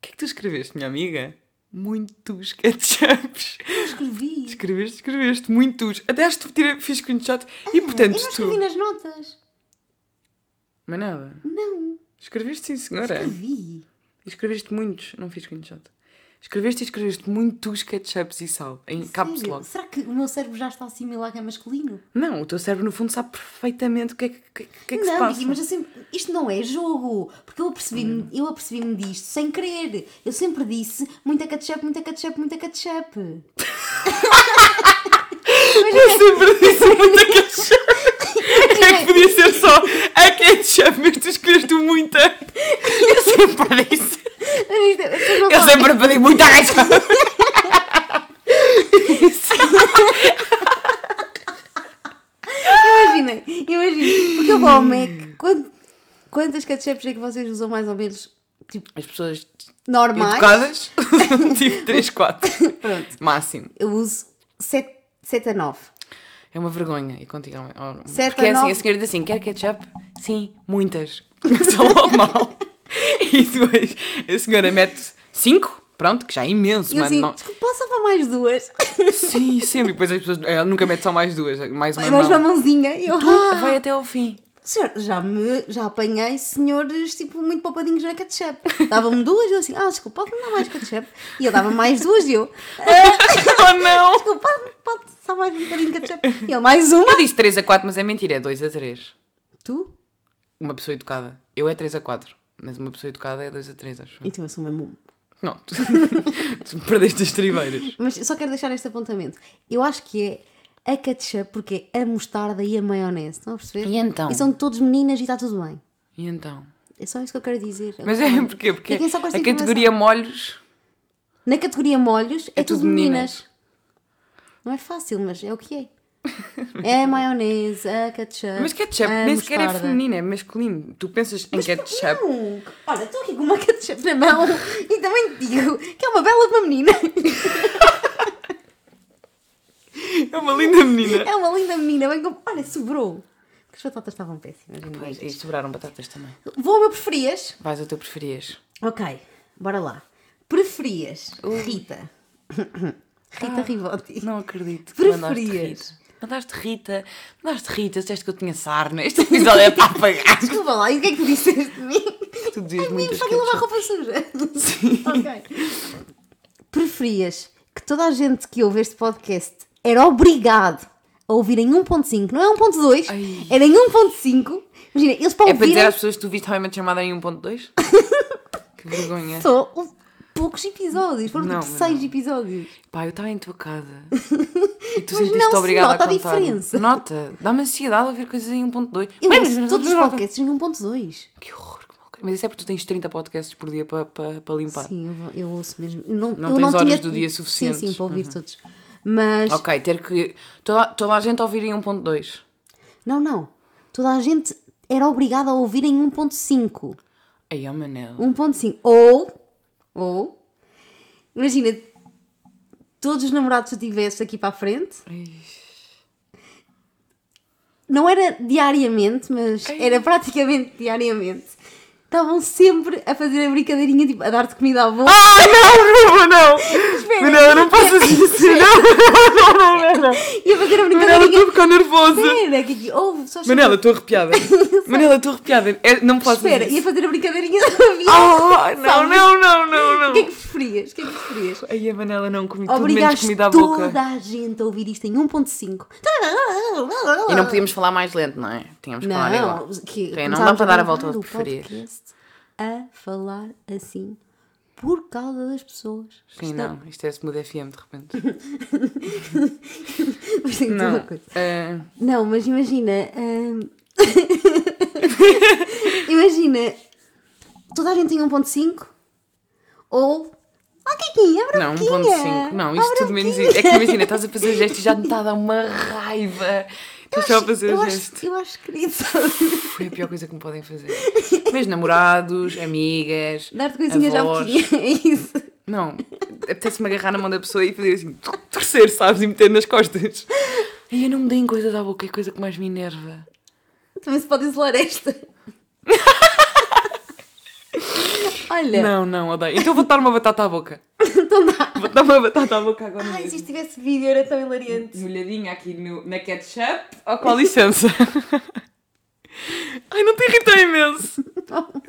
[SPEAKER 1] que é que tu escreveste, minha amiga? Muitos ketchups.
[SPEAKER 2] Escrevi.
[SPEAKER 1] Escreveste, escreveste, muitos. Até acho que tirei- fiz screenshot e portanto
[SPEAKER 2] eu não escrevi
[SPEAKER 1] tu.
[SPEAKER 2] nas notas.
[SPEAKER 1] Mas nada.
[SPEAKER 2] Não.
[SPEAKER 1] Escreveste sim, senhora.
[SPEAKER 2] Escrevi.
[SPEAKER 1] Escreveste muitos, não fiz screenshot. Escreveste e escreveste muitos ketchups e sal em caps
[SPEAKER 2] Sério?
[SPEAKER 1] lock.
[SPEAKER 2] Será que o meu cérebro já está a assimilar que é masculino?
[SPEAKER 1] Não, o teu cérebro no fundo sabe perfeitamente o que é que, que, que, é que se
[SPEAKER 2] não,
[SPEAKER 1] passa. Hum.
[SPEAKER 2] Vicky, mas eu sempre- isto não é jogo. Porque eu apercebi-me eu apercebi disto sem querer. Eu sempre disse muita ketchup, muita ketchup, muita
[SPEAKER 1] <laughs>
[SPEAKER 2] ketchup.
[SPEAKER 1] <laughs> Eu sempre
[SPEAKER 2] <laughs>
[SPEAKER 1] disse muita ketchup. É que podia ser só a ketchup, mas tu escolheste
[SPEAKER 2] <laughs>
[SPEAKER 1] muita. Eu sempre disse.
[SPEAKER 2] Mas isto- vocês não
[SPEAKER 1] é Eu
[SPEAKER 2] sabem.
[SPEAKER 1] sempre pedi muita ketchup.
[SPEAKER 2] Imaginem, imaginem. Porque eu vou ao Mac. quant- quantas ketchups é que vocês usam mais ou menos? Tipo,
[SPEAKER 1] As pessoas
[SPEAKER 2] normais?
[SPEAKER 1] educadas, <laughs> tipo 3, 4.
[SPEAKER 2] Pronto.
[SPEAKER 1] Máximo.
[SPEAKER 2] Eu uso 7, a 9.
[SPEAKER 1] É uma vergonha. E contigo. ó,
[SPEAKER 2] Certo,
[SPEAKER 1] Porque é assim,
[SPEAKER 2] não?
[SPEAKER 1] a senhora diz assim: quer ketchup? Sim, muitas. <laughs> São logo mal. E depois a senhora mete cinco, pronto, que já é imenso,
[SPEAKER 2] E eu
[SPEAKER 1] mano.
[SPEAKER 2] assim,
[SPEAKER 1] não-
[SPEAKER 2] desculpa, passa para mais duas.
[SPEAKER 1] Sim, sempre. E depois as pessoas. Ela nunca mete só mais duas, mais uma.
[SPEAKER 2] mais uma
[SPEAKER 1] mão.
[SPEAKER 2] mãozinha. E eu,
[SPEAKER 1] Tu
[SPEAKER 2] ah,
[SPEAKER 1] vai até ao fim.
[SPEAKER 2] senhor, já me já apanhei senhores tipo muito poupadinhos na ketchup. Davam-me duas, eu assim, ah, desculpa, pode-me dar mais ketchup. E ele dava mais duas e eu, "Ah,
[SPEAKER 1] oh não!
[SPEAKER 2] desculpa, pode- pode só mais um bocadinho de ketchup. E ele, mais uma.
[SPEAKER 1] Eu disse 3 a 4, mas é mentira, é 2 a 3.
[SPEAKER 2] Tu?
[SPEAKER 1] Uma pessoa educada. Eu é 3 a 4. Mas uma pessoa educada é 2 a 3, acho.
[SPEAKER 2] Então eu sou mesmo
[SPEAKER 1] Não, tu, <laughs> tu perdeste as tribeiras.
[SPEAKER 2] Mas eu só quero deixar este apontamento. Eu acho que é a ketchup porque é a mostarda e a maionese. Estão a perceber?
[SPEAKER 1] E então?
[SPEAKER 2] E são todos meninas e está tudo bem.
[SPEAKER 1] E então?
[SPEAKER 2] É só isso que eu quero dizer.
[SPEAKER 1] Mas é porquê? Porque
[SPEAKER 2] Fiquem só com esta
[SPEAKER 1] a categoria molhos
[SPEAKER 2] Na categoria molhos é,
[SPEAKER 1] tudo
[SPEAKER 2] tudo meninas. Não é fácil, mas é o que é. É a maionese, a ketchup.
[SPEAKER 1] Mas ketchup
[SPEAKER 2] a
[SPEAKER 1] nem sequer é
[SPEAKER 2] mostarda.
[SPEAKER 1] feminino, é masculino. Tu pensas em ketchup.
[SPEAKER 2] Não! Olha, estou aqui com uma ketchup na mão e também te digo que é uma bela de uma menina.
[SPEAKER 1] É uma linda menina.
[SPEAKER 2] É uma linda menina. Bem com... Olha, sobrou. Porque as batatas estavam péssimas. não
[SPEAKER 1] Ah, Pois,
[SPEAKER 2] vejo.
[SPEAKER 1] e sobraram batatas também.
[SPEAKER 2] Vou ao meu preferias.
[SPEAKER 1] Vais ao teu preferias.
[SPEAKER 2] Ok, bora lá. Preferias Rita? <coughs>
[SPEAKER 1] Ah,
[SPEAKER 2] Rita Rivotti.
[SPEAKER 1] Não acredito. que
[SPEAKER 2] Preferias?
[SPEAKER 1] mandaste Rita. Mandaste Rita, mandaste Rita, disseste que eu tinha sarna. Este episódio é para apagar.
[SPEAKER 2] Desculpa lá, e o que é que tu disseste de mim?
[SPEAKER 1] Tu dizias
[SPEAKER 2] Ai,
[SPEAKER 1] muitas
[SPEAKER 2] menino, só que lavar
[SPEAKER 1] ketchup.
[SPEAKER 2] roupa suja. Sim. <laughs> Ok. Preferias que toda a gente que ouve este podcast era obrigado a ouvir em 1.5, não é 1.2,
[SPEAKER 1] Ai.
[SPEAKER 2] era em 1.5. Imagina, eles para
[SPEAKER 1] É para dizer
[SPEAKER 2] ouvirem
[SPEAKER 1] às pessoas que tu viste realmente chamada em 1.2? que vergonha.
[SPEAKER 2] só poucos episódios, foram
[SPEAKER 1] Não,
[SPEAKER 2] tipo
[SPEAKER 1] mas
[SPEAKER 2] 6 episódios.
[SPEAKER 1] Pá, eu estava em tua casa. E tu
[SPEAKER 2] Mas não
[SPEAKER 1] sentiste
[SPEAKER 2] se
[SPEAKER 1] obrigada
[SPEAKER 2] nota
[SPEAKER 1] a
[SPEAKER 2] a
[SPEAKER 1] contar.
[SPEAKER 2] diferença.
[SPEAKER 1] Nota, dá-me ansiedade ouvir coisas em 1.2.
[SPEAKER 2] Eu
[SPEAKER 1] Mas-
[SPEAKER 2] ouço todos os podcasts em 1.2.
[SPEAKER 1] Que horror, que maluco. Mas isso é porque tu tens 30 podcasts por dia para pa, pa limpar.
[SPEAKER 2] Sim, eu, vou- eu ouço mesmo. Eu Não,
[SPEAKER 1] Não
[SPEAKER 2] eu
[SPEAKER 1] tens
[SPEAKER 2] não
[SPEAKER 1] horas
[SPEAKER 2] tinha...
[SPEAKER 1] do dia suficientes. Uhum.
[SPEAKER 2] Sim, sim, para ouvir todos. Mas,
[SPEAKER 1] Ok, ter que. Toda, toda a gente a ouvir em 1.2.
[SPEAKER 2] não, não. Toda a gente era obrigada a ouvir em 1.5.
[SPEAKER 1] Aí, oh, Manel.
[SPEAKER 2] 1.5. Ou, ou, imagina, todos os namorados que tu tivesse aqui para a frente,
[SPEAKER 1] Ixi.
[SPEAKER 2] não era diariamente, mas era praticamente diariamente, estavam sempre a fazer a brincadeirinha, tipo, a dar-te comida à boca.
[SPEAKER 1] Ah, não, não, não! Manel, eu não posso
[SPEAKER 2] <laughs>
[SPEAKER 1] dizer não, não, não, não, não.
[SPEAKER 2] E a fazer
[SPEAKER 1] Manel,
[SPEAKER 2] a
[SPEAKER 1] eu
[SPEAKER 2] brincadeirinha.
[SPEAKER 1] estou a ficar nervosa.
[SPEAKER 2] Espera, que aqui houve pessoas
[SPEAKER 1] Manela, estou
[SPEAKER 2] <laughs>
[SPEAKER 1] arrepiada. Manela, estou arrepiada. É, não posso
[SPEAKER 2] Espera,
[SPEAKER 1] dizer.
[SPEAKER 2] ia fazer a brincadeirinha do avião.
[SPEAKER 1] Ah, não,
[SPEAKER 2] Sabes?
[SPEAKER 1] não, não, não, não.
[SPEAKER 2] O que é que preferias? O que é que preferias?
[SPEAKER 1] Aí a Manela não comi tudo menos
[SPEAKER 2] Obrigaste
[SPEAKER 1] comida à
[SPEAKER 2] toda
[SPEAKER 1] boca.
[SPEAKER 2] a gente a ouvir isto em 1.5.
[SPEAKER 1] E não podíamos falar mais lento, não é? Tínhamos que falar igual.
[SPEAKER 2] Não, que
[SPEAKER 1] Bem, não dá
[SPEAKER 2] começámos
[SPEAKER 1] para dar a volta
[SPEAKER 2] gravar
[SPEAKER 1] ao
[SPEAKER 2] o
[SPEAKER 1] que preferir.
[SPEAKER 2] podcast A falar assim por causa das pessoas.
[SPEAKER 1] Sim, não. Isto é Smooth FM, de repente.
[SPEAKER 2] <laughs> Mas tem toda
[SPEAKER 1] Não.
[SPEAKER 2] uma coisa.
[SPEAKER 1] eh,
[SPEAKER 2] Não, mas imagina.
[SPEAKER 1] <laughs>
[SPEAKER 2] hum, imagina. Toda a gente tem 1.5 ou. Ah, Kiquinha,
[SPEAKER 1] Não, 1.5. Não, isso
[SPEAKER 2] Ah,
[SPEAKER 1] tudo menos isso. É que imagina, estás a fazer gestos e já me está a dar uma raiva. Estás só a fazer
[SPEAKER 2] eu
[SPEAKER 1] gestos.
[SPEAKER 2] acho, eu acho querido.
[SPEAKER 1] Foi a pior coisa que me podem fazer. Meus namorados, amigas,
[SPEAKER 2] <laughs> Dar-te coisinhas já
[SPEAKER 1] avós.
[SPEAKER 2] pequenininha, é isso.
[SPEAKER 1] Não, apetece-me agarrar na mão da pessoa e fazer assim, torcer, sabes, e meter nas costas. E eu não me deem coisas à boca, é a coisa que mais me enerva.
[SPEAKER 2] Também se pode isolar esta. <laughs> Olha,
[SPEAKER 1] Não, não, odeio. Então vou dar uma batata à boca.
[SPEAKER 2] então dá.
[SPEAKER 1] Vou dar uma batata à boca agora
[SPEAKER 2] Ai, se
[SPEAKER 1] mesmo.
[SPEAKER 2] isto tivesse vídeo era tão hilariante.
[SPEAKER 1] Molhadinha aqui no, na ketchup. Oh, com licença. Ai, não te irritei imenso.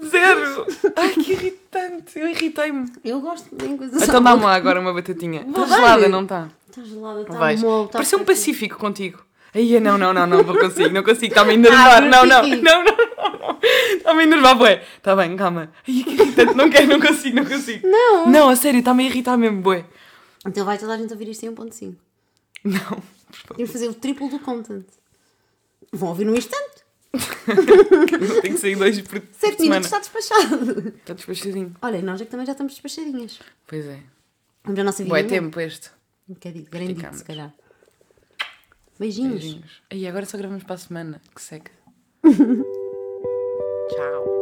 [SPEAKER 1] Zero. Ai, que irritante. Eu irritei-me.
[SPEAKER 2] Eu gosto de assim. coisas
[SPEAKER 1] Então dá-me lá agora uma batatinha.
[SPEAKER 2] Vou
[SPEAKER 1] Está gelada,
[SPEAKER 2] dar.
[SPEAKER 1] não tá? está?
[SPEAKER 2] Está Tá gelada, está
[SPEAKER 1] Vais.
[SPEAKER 2] mole. tá Está
[SPEAKER 1] Pareceu um pacífico contigo. Aí eu, não, não, não, não, não consigo, não consigo, está-me a enervar, não, não,
[SPEAKER 2] Pacífico.
[SPEAKER 1] não, não, não, não. está-me a enervar, bué, está bem, calma, ai, que irritante, não quero, não consigo, não consigo.
[SPEAKER 2] Não.
[SPEAKER 1] Não, a sério, está-me a irritar mesmo, bué.
[SPEAKER 2] Então vai toda a gente ouvir isto em 1.5.
[SPEAKER 1] Não,
[SPEAKER 2] Temos de fazer o triplo do content. Vão ouvir num instante.
[SPEAKER 1] tenho que sair dois por
[SPEAKER 2] 7
[SPEAKER 1] semana.
[SPEAKER 2] minutos está despachado. <laughs>
[SPEAKER 1] Está despachadinho.
[SPEAKER 2] Olha, nós é que também já estamos despachadinhas.
[SPEAKER 1] Pois é,
[SPEAKER 2] Vamos à nossa vida.
[SPEAKER 1] bué tempo este.
[SPEAKER 2] Um bocadinho grandito,
[SPEAKER 1] Ficamos.
[SPEAKER 2] se calhar. Beijinhos.
[SPEAKER 1] Beijinhos. Aí agora só gravamos para a semana, que seca. Tchau.